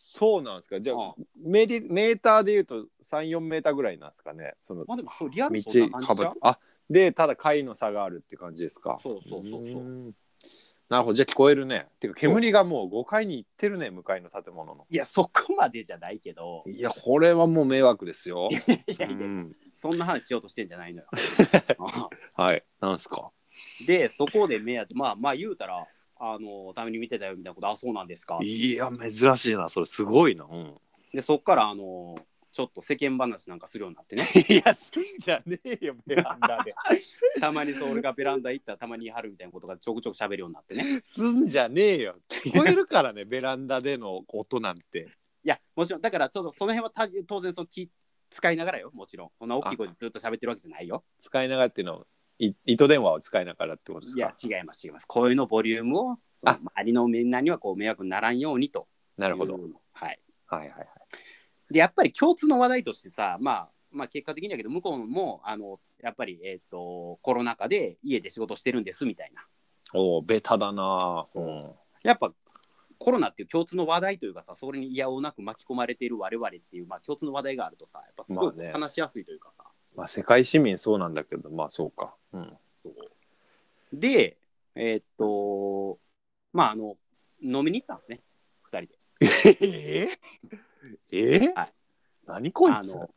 [SPEAKER 1] そうなんですかじゃ
[SPEAKER 2] の
[SPEAKER 1] あ
[SPEAKER 2] よ。うん
[SPEAKER 1] メディメーターで言うと34メーターぐらいなんですかねその
[SPEAKER 2] まあでも、そう、リアル
[SPEAKER 1] 道
[SPEAKER 2] そんな感じじゃ
[SPEAKER 1] 幅
[SPEAKER 2] ん
[SPEAKER 1] あでただ階の差があるって感じですか
[SPEAKER 2] そうそうそうそう
[SPEAKER 1] ーんなるほどじゃあ聞こえるねてか煙がもう5階に行ってるね向かいの建物の
[SPEAKER 2] いや、そこまでじゃないけど、
[SPEAKER 1] いやこれはもう迷惑です よ
[SPEAKER 2] いやいやいうや、
[SPEAKER 1] ん
[SPEAKER 2] そんな話しようとしてんじゃな いのよ。うん
[SPEAKER 1] はいなんすか
[SPEAKER 2] で、そこで目当て、まあまあ言うたら、あの、ために見てたよみたいなこと、あ、そうなんですか。
[SPEAKER 1] いや珍しいなそれすごいなうん
[SPEAKER 2] で、そっから、あの、ちょっと世間話なんかするようになってね。
[SPEAKER 1] いや、すんじゃねえよ、ベランダで。
[SPEAKER 2] たまにそう、俺がベランダ行ったらたまに言い張るみたいなことがちょくちょく喋るようになって ね。
[SPEAKER 1] すんじゃねえよ。聞こえるから ね、ベランダでの音なんて。
[SPEAKER 2] いや、もちろん、だから、ちょっとその辺はた当然その気使いながらよ、もちろん。そんな大きい声でずっと喋ってるわけじゃないよ。
[SPEAKER 1] 使いながらっていうのは、い糸電話を使いながらってことです
[SPEAKER 2] いや
[SPEAKER 1] か。、
[SPEAKER 2] 違います、違います。声のボリュームを、その
[SPEAKER 1] あ
[SPEAKER 2] 周りのみんなにはこう迷惑にならんようにと。
[SPEAKER 1] なるほど。。
[SPEAKER 2] はい。
[SPEAKER 1] はいはいはい。
[SPEAKER 2] で、やっぱり共通の話題としてさ、まあ、まあ、結果的にだけど、向こうも、あの、やっぱり、えっ、と、コロナ禍で家で仕事してるんですみたいな。
[SPEAKER 1] おおベタだなうん
[SPEAKER 2] やっぱ、コロナっていう共通の話題というかさ、それに嫌おなく巻き込まれている我々っていう、まあ、共通の話題があるとさ、やっぱすごい
[SPEAKER 1] まあね
[SPEAKER 2] 話しやすいというかさ。
[SPEAKER 1] まあ世界市民そうなんだけどまあそうかうん
[SPEAKER 2] で、えっと、まあ、あの、飲みに行ったんですね、二人で。
[SPEAKER 1] えええ
[SPEAKER 2] はい
[SPEAKER 1] 何こい
[SPEAKER 2] あ
[SPEAKER 1] つ
[SPEAKER 2] の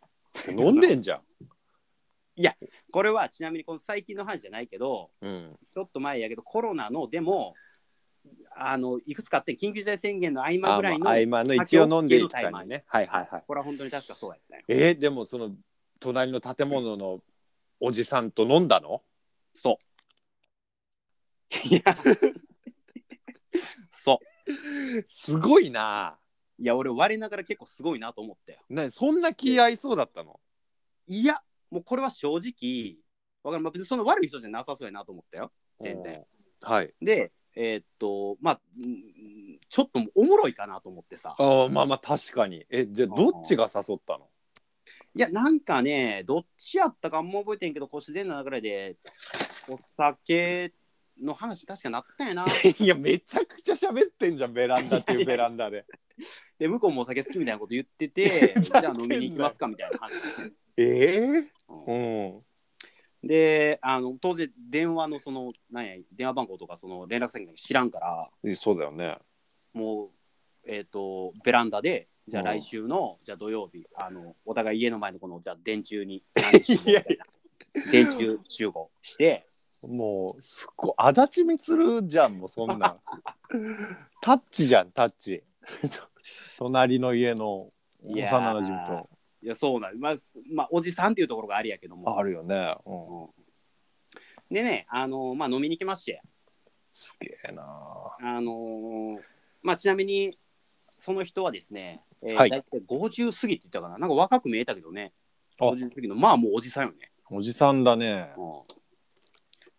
[SPEAKER 1] 飲んでんじゃん
[SPEAKER 2] これはちなみにこの最近の話じゃないけど、
[SPEAKER 1] うん
[SPEAKER 2] ちょっと前やけど、コロナの、でも、あの、いくつかあって、緊急事態宣言の合間
[SPEAKER 1] あ
[SPEAKER 2] ぐ
[SPEAKER 1] ま
[SPEAKER 2] ら
[SPEAKER 1] あ
[SPEAKER 2] いの、
[SPEAKER 1] 合間の一応飲んでいた
[SPEAKER 2] 酒を
[SPEAKER 1] りねはいはいはい
[SPEAKER 2] これは本当に確かそうやったよ。
[SPEAKER 1] えー、でもその隣の建物のおじさんと飲んだの
[SPEAKER 2] そう。いや、そ
[SPEAKER 1] すごいな
[SPEAKER 2] う。いや、俺、我ながら結構すごいなと思ったよ。
[SPEAKER 1] なそんな気合いそうだったの
[SPEAKER 2] いや、もうこれは正直、わかる、まあ、別にそんな悪い人じゃなさそうやなと思ったよ、全然。
[SPEAKER 1] はい
[SPEAKER 2] で、えーっと、まあ、うんちょっともうおもろいかなと思ってさ。
[SPEAKER 1] あーまあまあ確かにえじゃあどっちが誘ったの
[SPEAKER 2] いや、なんかね、どっちやったかあんま覚えてんけど、こう自然な流れで、お酒の話確かなったんやな。
[SPEAKER 1] いやめちゃくちゃ喋ってんじゃんベランダっていうベランダで
[SPEAKER 2] で、向こうもお酒好きみたいなこと言ってて、
[SPEAKER 1] ふ
[SPEAKER 2] じ
[SPEAKER 1] ざけんな
[SPEAKER 2] ゃあ飲みに行きますかみたいな話。
[SPEAKER 1] え
[SPEAKER 2] う
[SPEAKER 1] ー、うん
[SPEAKER 2] んで、あの、当然、電話のその、なんや、電話番号とか、その連絡先なんか知らんから、
[SPEAKER 1] えそうだよね
[SPEAKER 2] もう、えっ、と、ベランダで、じゃあ
[SPEAKER 1] うん
[SPEAKER 2] 来週の、じゃあ土曜日、あの、お互い家の前のこの、じゃあ電 柱に、何しようみたいな電柱集合して、
[SPEAKER 1] もうすっごい足立みつるじゃんもうそんなん タッチじゃんタッ チ隣の家の
[SPEAKER 2] いやー
[SPEAKER 1] 幼なじみと
[SPEAKER 2] いや、そうなん、まあ、すまあ、おじさんっていうところがありやけども。
[SPEAKER 1] あるよね、うん、
[SPEAKER 2] うんでね、あのまあ、飲みに来まして、
[SPEAKER 1] すげえなあ
[SPEAKER 2] あのまあ、ちなみに、その人はですね、えー
[SPEAKER 1] はい
[SPEAKER 2] 大体50過ぎって言ったかな、なんか若く見えたけどね、
[SPEAKER 1] あ
[SPEAKER 2] 50過ぎの、まあもうおじさんよね。
[SPEAKER 1] おじさんだね
[SPEAKER 2] う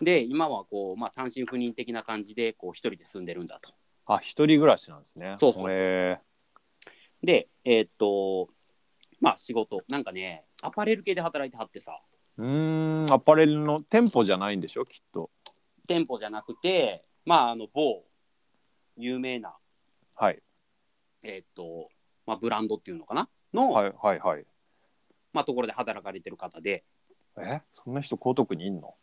[SPEAKER 2] ん、で、今はこう、まあ、単身赴任的な感じで、こう、一人で住んでるんだと。
[SPEAKER 1] あ一人暮らしなんですね
[SPEAKER 2] そうそうそう
[SPEAKER 1] へ
[SPEAKER 2] で、えーっと、まあ、仕事、なんかね、アパレル系で働いてはってさ、
[SPEAKER 1] えうーんアパレルの店舗じゃないんでしょきっと
[SPEAKER 2] 店舗じゃなくて、まあ、あの、某、有名な、
[SPEAKER 1] はい
[SPEAKER 2] えーっと、まあ、ブランドっていうのかなの、
[SPEAKER 1] はいはいはい
[SPEAKER 2] まあ、ところで働かれてる方で、
[SPEAKER 1] えそんな人江東区にいんの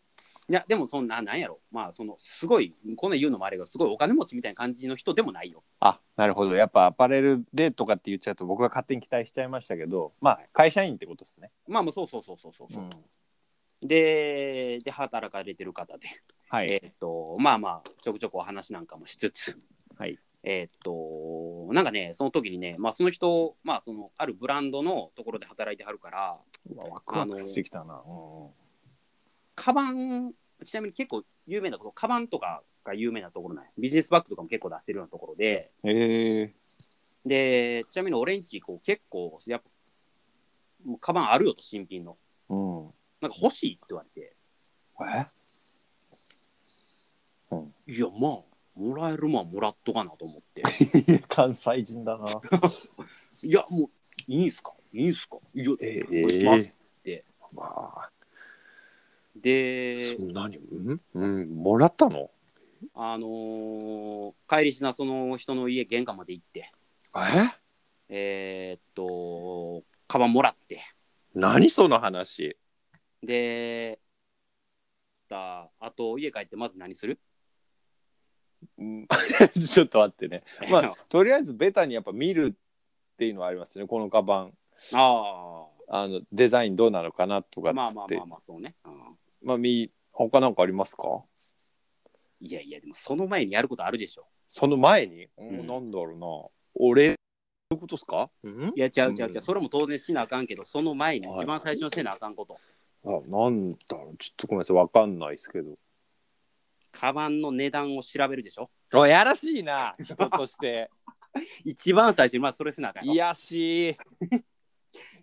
[SPEAKER 2] いや、でも、そんな、なんやろ、まあ、その、すごい、こんなん言うのもあれが、すごいお金持ちみたいな感じの人でもないよ。
[SPEAKER 1] あなるほどやっぱアパレルでとかって言っちゃうと僕が勝手に期待しちゃいましたけどまあ会社員ってことですね、
[SPEAKER 2] まあ、もうそうそうそうそうそう。で、で、働かれてる方で、
[SPEAKER 1] はい、
[SPEAKER 2] えーっと、まあまあ、ちょくちょくお話なんかもしつつ、
[SPEAKER 1] はい、
[SPEAKER 2] えーっと、なんかね、その時にね、まあ、その人、まあ、その、あるブランドのところで働いてはるから、
[SPEAKER 1] うわワクワクしてきたな、うんうん
[SPEAKER 2] カバン、ちなみに結構有名なこと、カバンとかが有名なところない。ビジネスバッグとかも結構出してるようなところで、
[SPEAKER 1] へえ
[SPEAKER 2] で、ちなみに俺んち、こう、結構、やっぱ、もうカバンあるよと、新品の。
[SPEAKER 1] うん
[SPEAKER 2] なんか欲しいって言われて、
[SPEAKER 1] え
[SPEAKER 2] いや、まあ、もらえるもんはもらっとかなと 思って。
[SPEAKER 1] 関西人だな
[SPEAKER 2] いや、もう、いいんすかいいんすかいや、
[SPEAKER 1] え
[SPEAKER 2] お願いしますっつって。
[SPEAKER 1] まあ、
[SPEAKER 2] で、
[SPEAKER 1] そんなにうん、うん、もらったの
[SPEAKER 2] あのー帰りしなその人の家、玄関まで行って、
[SPEAKER 1] え
[SPEAKER 2] えーっと、カバンもらって、
[SPEAKER 1] 何その話
[SPEAKER 2] で、だあと、家帰ってまず何する
[SPEAKER 1] ちょっと待ってねま あとりあえずベタにやっぱ見るっていうのはありますねこのカバン
[SPEAKER 2] あ
[SPEAKER 1] あのデザインどうなのかなとか
[SPEAKER 2] あ、
[SPEAKER 1] って
[SPEAKER 2] まあまあまあまあ、そうね。うん
[SPEAKER 1] まあみ他なんかありますか
[SPEAKER 2] いやいや、でもその前にやることあるでしょ。
[SPEAKER 1] その前に、うん
[SPEAKER 2] うん
[SPEAKER 1] なんだろうな俺どういうことですか、うん
[SPEAKER 2] いや、ちゃう
[SPEAKER 1] うん
[SPEAKER 2] ちゃうちゃう、それも当然しなあかんけど、その前に
[SPEAKER 1] はい
[SPEAKER 2] 一番最初のせなあかんこと、
[SPEAKER 1] あなんだろうちょっとごめんなさいわかんないですけど
[SPEAKER 2] カバンの値段を調べるでしょ。
[SPEAKER 1] おやらしい な人として
[SPEAKER 2] 一番最初にまずそれせなあかんやろ
[SPEAKER 1] いやしい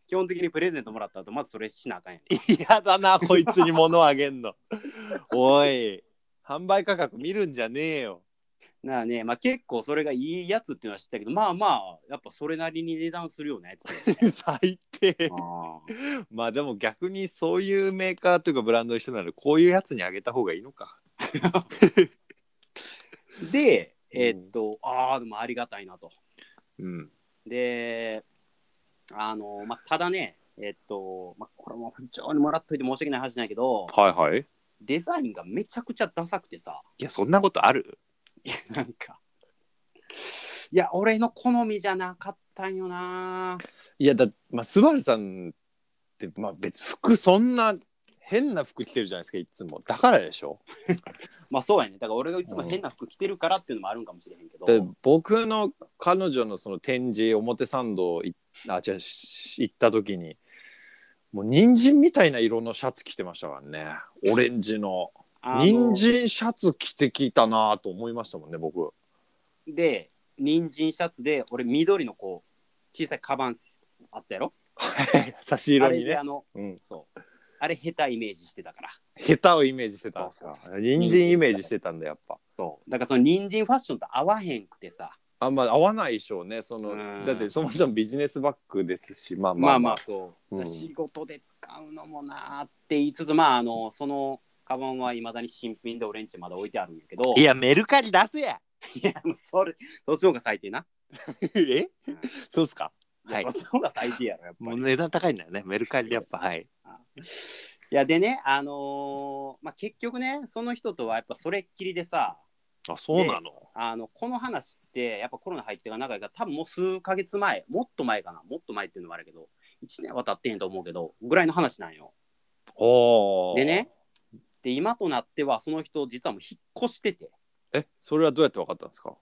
[SPEAKER 2] 基本的にプレゼントもらった後まずそれしなあかんやん。
[SPEAKER 1] 嫌だなこいつに物をあげんのおい販売価格見るんじゃねえよ
[SPEAKER 2] なあね、まあ結構それがいいやつっていうのは知ったけど、まあまあ、やっぱそれなりに値段する よね、つって。
[SPEAKER 1] 最低まあでも逆にそういうメーカーというかブランドの人ならこういうやつにあげた方がいいのか
[SPEAKER 2] で、えっと、ああ、でもありがたいなと。
[SPEAKER 1] うん
[SPEAKER 2] で、あの、まあ、ただね、えっと、まあ、これも非常にもらっといて申し訳ない話なんやけど、
[SPEAKER 1] はいはいい
[SPEAKER 2] デザインがめちゃくちゃダサくてさ、
[SPEAKER 1] やそんなことある
[SPEAKER 2] いや、なんか、いや、俺の好みじゃなかったんよない
[SPEAKER 1] やだまあスバルさんってまあ別服そんな変な服着てるじゃないですかいつもだからでしょ
[SPEAKER 2] まあそうやね。だから俺がいつも変な服着てるからっていうのもあるんかもしれへんけど。
[SPEAKER 1] で僕の彼女のその展示表参道いあ違うし行った時にもう人参みたいな色のシャツ着てましたからねオレンジの
[SPEAKER 2] あの
[SPEAKER 1] 人参シャツ着てきたなと思いましたもんね僕
[SPEAKER 2] で、人参シャツで、俺緑のこう、小さいカバンあったやろ
[SPEAKER 1] 差し色
[SPEAKER 2] あれ
[SPEAKER 1] に
[SPEAKER 2] で
[SPEAKER 1] ね
[SPEAKER 2] あの、
[SPEAKER 1] うん
[SPEAKER 2] そう。あれ下手イメージしてたから。
[SPEAKER 1] 下手をイメージしてたんですか
[SPEAKER 2] そうそうそう
[SPEAKER 1] 人参イメージしてたんだやっぱ
[SPEAKER 2] そう。だからその人参ファッションと合わへんくてさ。
[SPEAKER 1] あんま合わないでしょうねその
[SPEAKER 2] うん
[SPEAKER 1] だってそもそもビジネスバッグですしまあま
[SPEAKER 2] ま
[SPEAKER 1] あ
[SPEAKER 2] あま
[SPEAKER 1] まあ
[SPEAKER 2] あ、そう。
[SPEAKER 1] うん
[SPEAKER 2] だから仕事で使うのもなーって言いつつ、まああの、その、カバンはいまだに新品で俺んちまだ置いてあるんやけど、
[SPEAKER 1] やメルカリ出せや
[SPEAKER 2] いやもうそれ、そっちの方が最低な。
[SPEAKER 1] えそうっすか
[SPEAKER 2] いやそっちの方が最低やろ、やっぱり。
[SPEAKER 1] 値段高いんだよねメルカリやっぱはい
[SPEAKER 2] いやでね、あのーまあ、結局ね、その人とはやっぱそれっきりでさ、
[SPEAKER 1] あそうなの
[SPEAKER 2] あのこの話って、やっぱコロナ入ってから長いから、多分もう数ヶ月前、もっと前かな、もっと前っていうのもあるけど、1年は経ってへんと思うけど、ぐらいの話なんよ。
[SPEAKER 1] おー
[SPEAKER 2] でね、で今となっては、その人、実はもう引っ越してて、
[SPEAKER 1] えそれはどうやって分かったんですか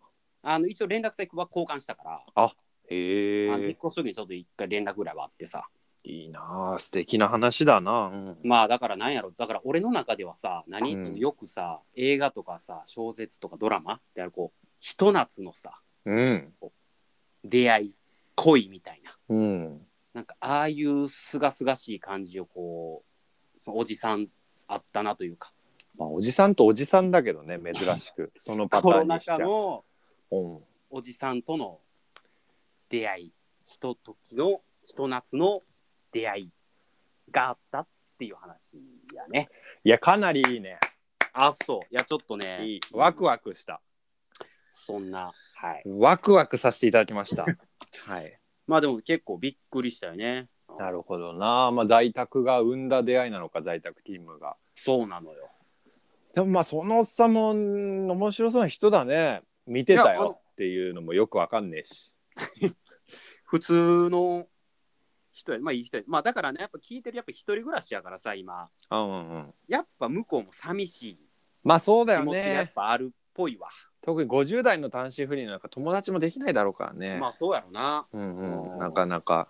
[SPEAKER 2] あの一応連絡先は交換したから、
[SPEAKER 1] へ
[SPEAKER 2] あの引っ
[SPEAKER 1] え
[SPEAKER 2] 越す時にちょっと一回連絡ぐらいはあってさ、
[SPEAKER 1] いいなあ素敵な話だな、うん
[SPEAKER 2] まあだからなんやろ、だから俺の中ではさ、何、
[SPEAKER 1] うん
[SPEAKER 2] そのよくさ、映画とかさ、小説とかドラマってある、こう、ひと夏のさ、
[SPEAKER 1] うん
[SPEAKER 2] 出会い恋みたいな
[SPEAKER 1] うん、
[SPEAKER 2] なんかああいうすがすがしい感じをこうそのおじさんあったなというか
[SPEAKER 1] まあ、おじさんとおじさんだけどね珍し くそのパタ
[SPEAKER 2] コ
[SPEAKER 1] ー
[SPEAKER 2] ロ
[SPEAKER 1] ンに
[SPEAKER 2] ナ
[SPEAKER 1] しちゃ
[SPEAKER 2] 禍
[SPEAKER 1] う、
[SPEAKER 2] の
[SPEAKER 1] うん、
[SPEAKER 2] おじさんとの出会いひとときのひと夏の出会いがあったっていう話やね
[SPEAKER 1] いやかなりいいね
[SPEAKER 2] あそういやちょっとね
[SPEAKER 1] いいワクワクした
[SPEAKER 2] そんなはい
[SPEAKER 1] ワクワクさせていただきました はい
[SPEAKER 2] まあでも結構びっくりしたよね
[SPEAKER 1] なるほどな、まあ、在宅が生んだ出会いなのか在宅勤務が
[SPEAKER 2] そうなのよ
[SPEAKER 1] でもまあそのおっさんもうん面白そうな人だね見て
[SPEAKER 2] い
[SPEAKER 1] た
[SPEAKER 2] やあの
[SPEAKER 1] よっていうのもよくわかんねえし
[SPEAKER 2] 普通の人やまあいい人やまあだからねやっぱ聞いてるやっぱ一人暮らしやからさ今
[SPEAKER 1] あうんうん
[SPEAKER 2] やっぱ向こうも寂しい
[SPEAKER 1] まあそうだ
[SPEAKER 2] 気
[SPEAKER 1] よ
[SPEAKER 2] 持ちがや
[SPEAKER 1] ね
[SPEAKER 2] っぱあるっぽいわ。
[SPEAKER 1] 特に50代の単身赴任なんか友達もできないだろうからね、
[SPEAKER 2] まあそうやろな。
[SPEAKER 1] うん
[SPEAKER 2] う
[SPEAKER 1] うんん、なかなか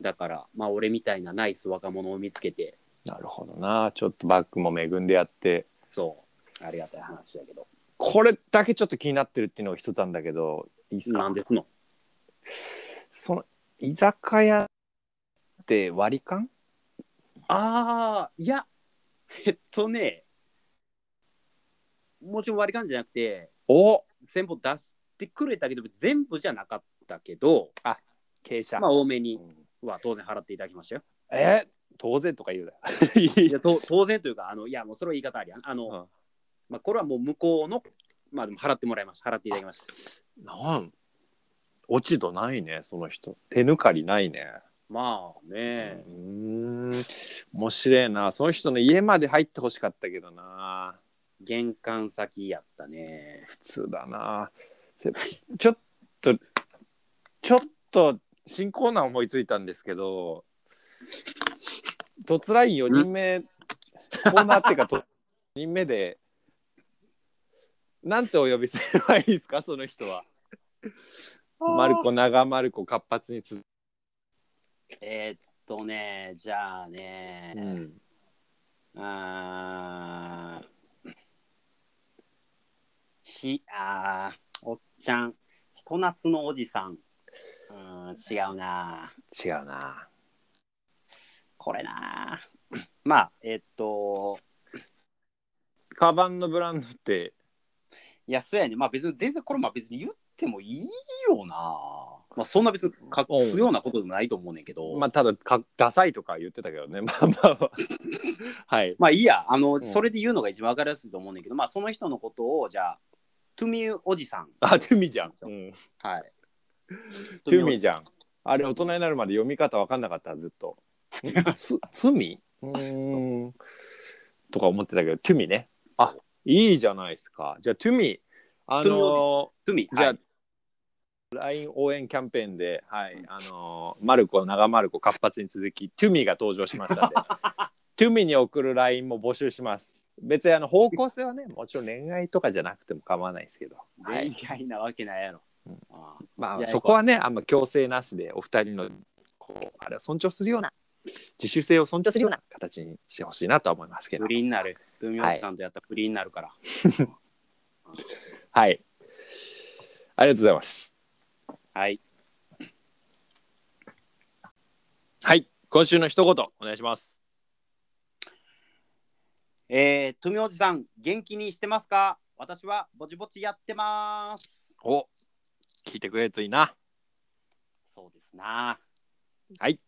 [SPEAKER 2] だから、まあ俺みたいなナイス若者を見つけて、
[SPEAKER 1] なるほどなちょっとバッグも恵んでやって
[SPEAKER 2] そう、ありがたい話だけど。
[SPEAKER 1] これだけちょっと気になってるっていうのが一つなんだけどいいっす
[SPEAKER 2] な
[SPEAKER 1] か
[SPEAKER 2] んですの。
[SPEAKER 1] その居酒屋って割り勘
[SPEAKER 2] ああ、いや、えっとね、もちろん割り勘じゃなくて、
[SPEAKER 1] お
[SPEAKER 2] 先方出してくれたけど、全部じゃなかったけど、
[SPEAKER 1] 傾斜、
[SPEAKER 2] まあ多めに
[SPEAKER 1] うん
[SPEAKER 2] は当然払っていただきましたよ。
[SPEAKER 1] え当然とか言う
[SPEAKER 2] いや、と当然というか、あの、いや、もうそれは言い方ありやん。あの、
[SPEAKER 1] うん
[SPEAKER 2] まあこれはもう向こうの、まあでも払ってもらいました。払っていただきました。
[SPEAKER 1] なよ なん落ち度ないねその人手抜かりないね
[SPEAKER 2] まあね、
[SPEAKER 1] うーん面白いなその人の家まで入ってほしかったけどな
[SPEAKER 2] 玄関先やったね。
[SPEAKER 1] 普通だなせちょっとちょっと新コーナー思いついたんですけど突ライン4人目コーナーっていうかと4人目でなんてお呼びすればいいですかその人は。マルコ長マルコ活発に続
[SPEAKER 2] えーっとね、じゃあね、
[SPEAKER 1] く、うん、
[SPEAKER 2] あーひ、あーおっちゃん、ひと夏のおじさん。うーん、違うな。
[SPEAKER 1] 違うな
[SPEAKER 2] これな。まあ、えーっと、
[SPEAKER 1] カバンのブランドって
[SPEAKER 2] いや、そうやね。まあ別に、全然これまあ別に言ってもいいよな。まあそんな別に隠すようなことでもないと思うねんけど。
[SPEAKER 1] ま
[SPEAKER 2] まあ、
[SPEAKER 1] あただかダサいとか言ってたけどねま あまあはい
[SPEAKER 2] いいや。あの、
[SPEAKER 1] ん
[SPEAKER 2] それで言うのが一番わかりやすいと思うねんけど、まあその人のことを、じゃあ、トゥミュおじさん。
[SPEAKER 1] あトゥミじゃん、うん、
[SPEAKER 2] はい。
[SPEAKER 1] トゥミじ
[SPEAKER 2] ゃん。
[SPEAKER 1] ゃんあれ大人になるまで読み方わかんなかったずっと つ罪うーんとか思ってたけどトゥミねあいいじゃないですかじゃあトゥミあ
[SPEAKER 2] トゥミ
[SPEAKER 1] の
[SPEAKER 2] トゥミ。
[SPEAKER 1] じゃあ、
[SPEAKER 2] はい
[SPEAKER 1] LINE 応援キャンペーンで、はい、あのーマルコ、長マルコ活発に続き、トゥミが登場しましたんで、 トゥミに送る LINE も募集します。別にあの方向性はね、もちろん恋愛とかじゃなくても構わないですけど、はい、
[SPEAKER 2] 恋愛なわけないやろ。
[SPEAKER 1] うん
[SPEAKER 2] あ
[SPEAKER 1] ま
[SPEAKER 2] い
[SPEAKER 1] あ
[SPEAKER 2] や
[SPEAKER 1] そこはね、あんま強制なしで、お二人のこうあれを尊重するような、自主性を尊重するような形にしてほしいなとは思いますけ
[SPEAKER 2] あ
[SPEAKER 1] ど
[SPEAKER 2] 不。倫になる。トゥミおじさんとやったら不倫になるから。
[SPEAKER 1] はい。ありがとうございます。
[SPEAKER 2] はい。
[SPEAKER 1] はい、今週の一言、お願いします。
[SPEAKER 2] えー、トゥミおじさん、元気にしてますか私はぼちぼちやってます。
[SPEAKER 1] お聞いてくれるといいな。
[SPEAKER 2] そうですな。
[SPEAKER 1] はい。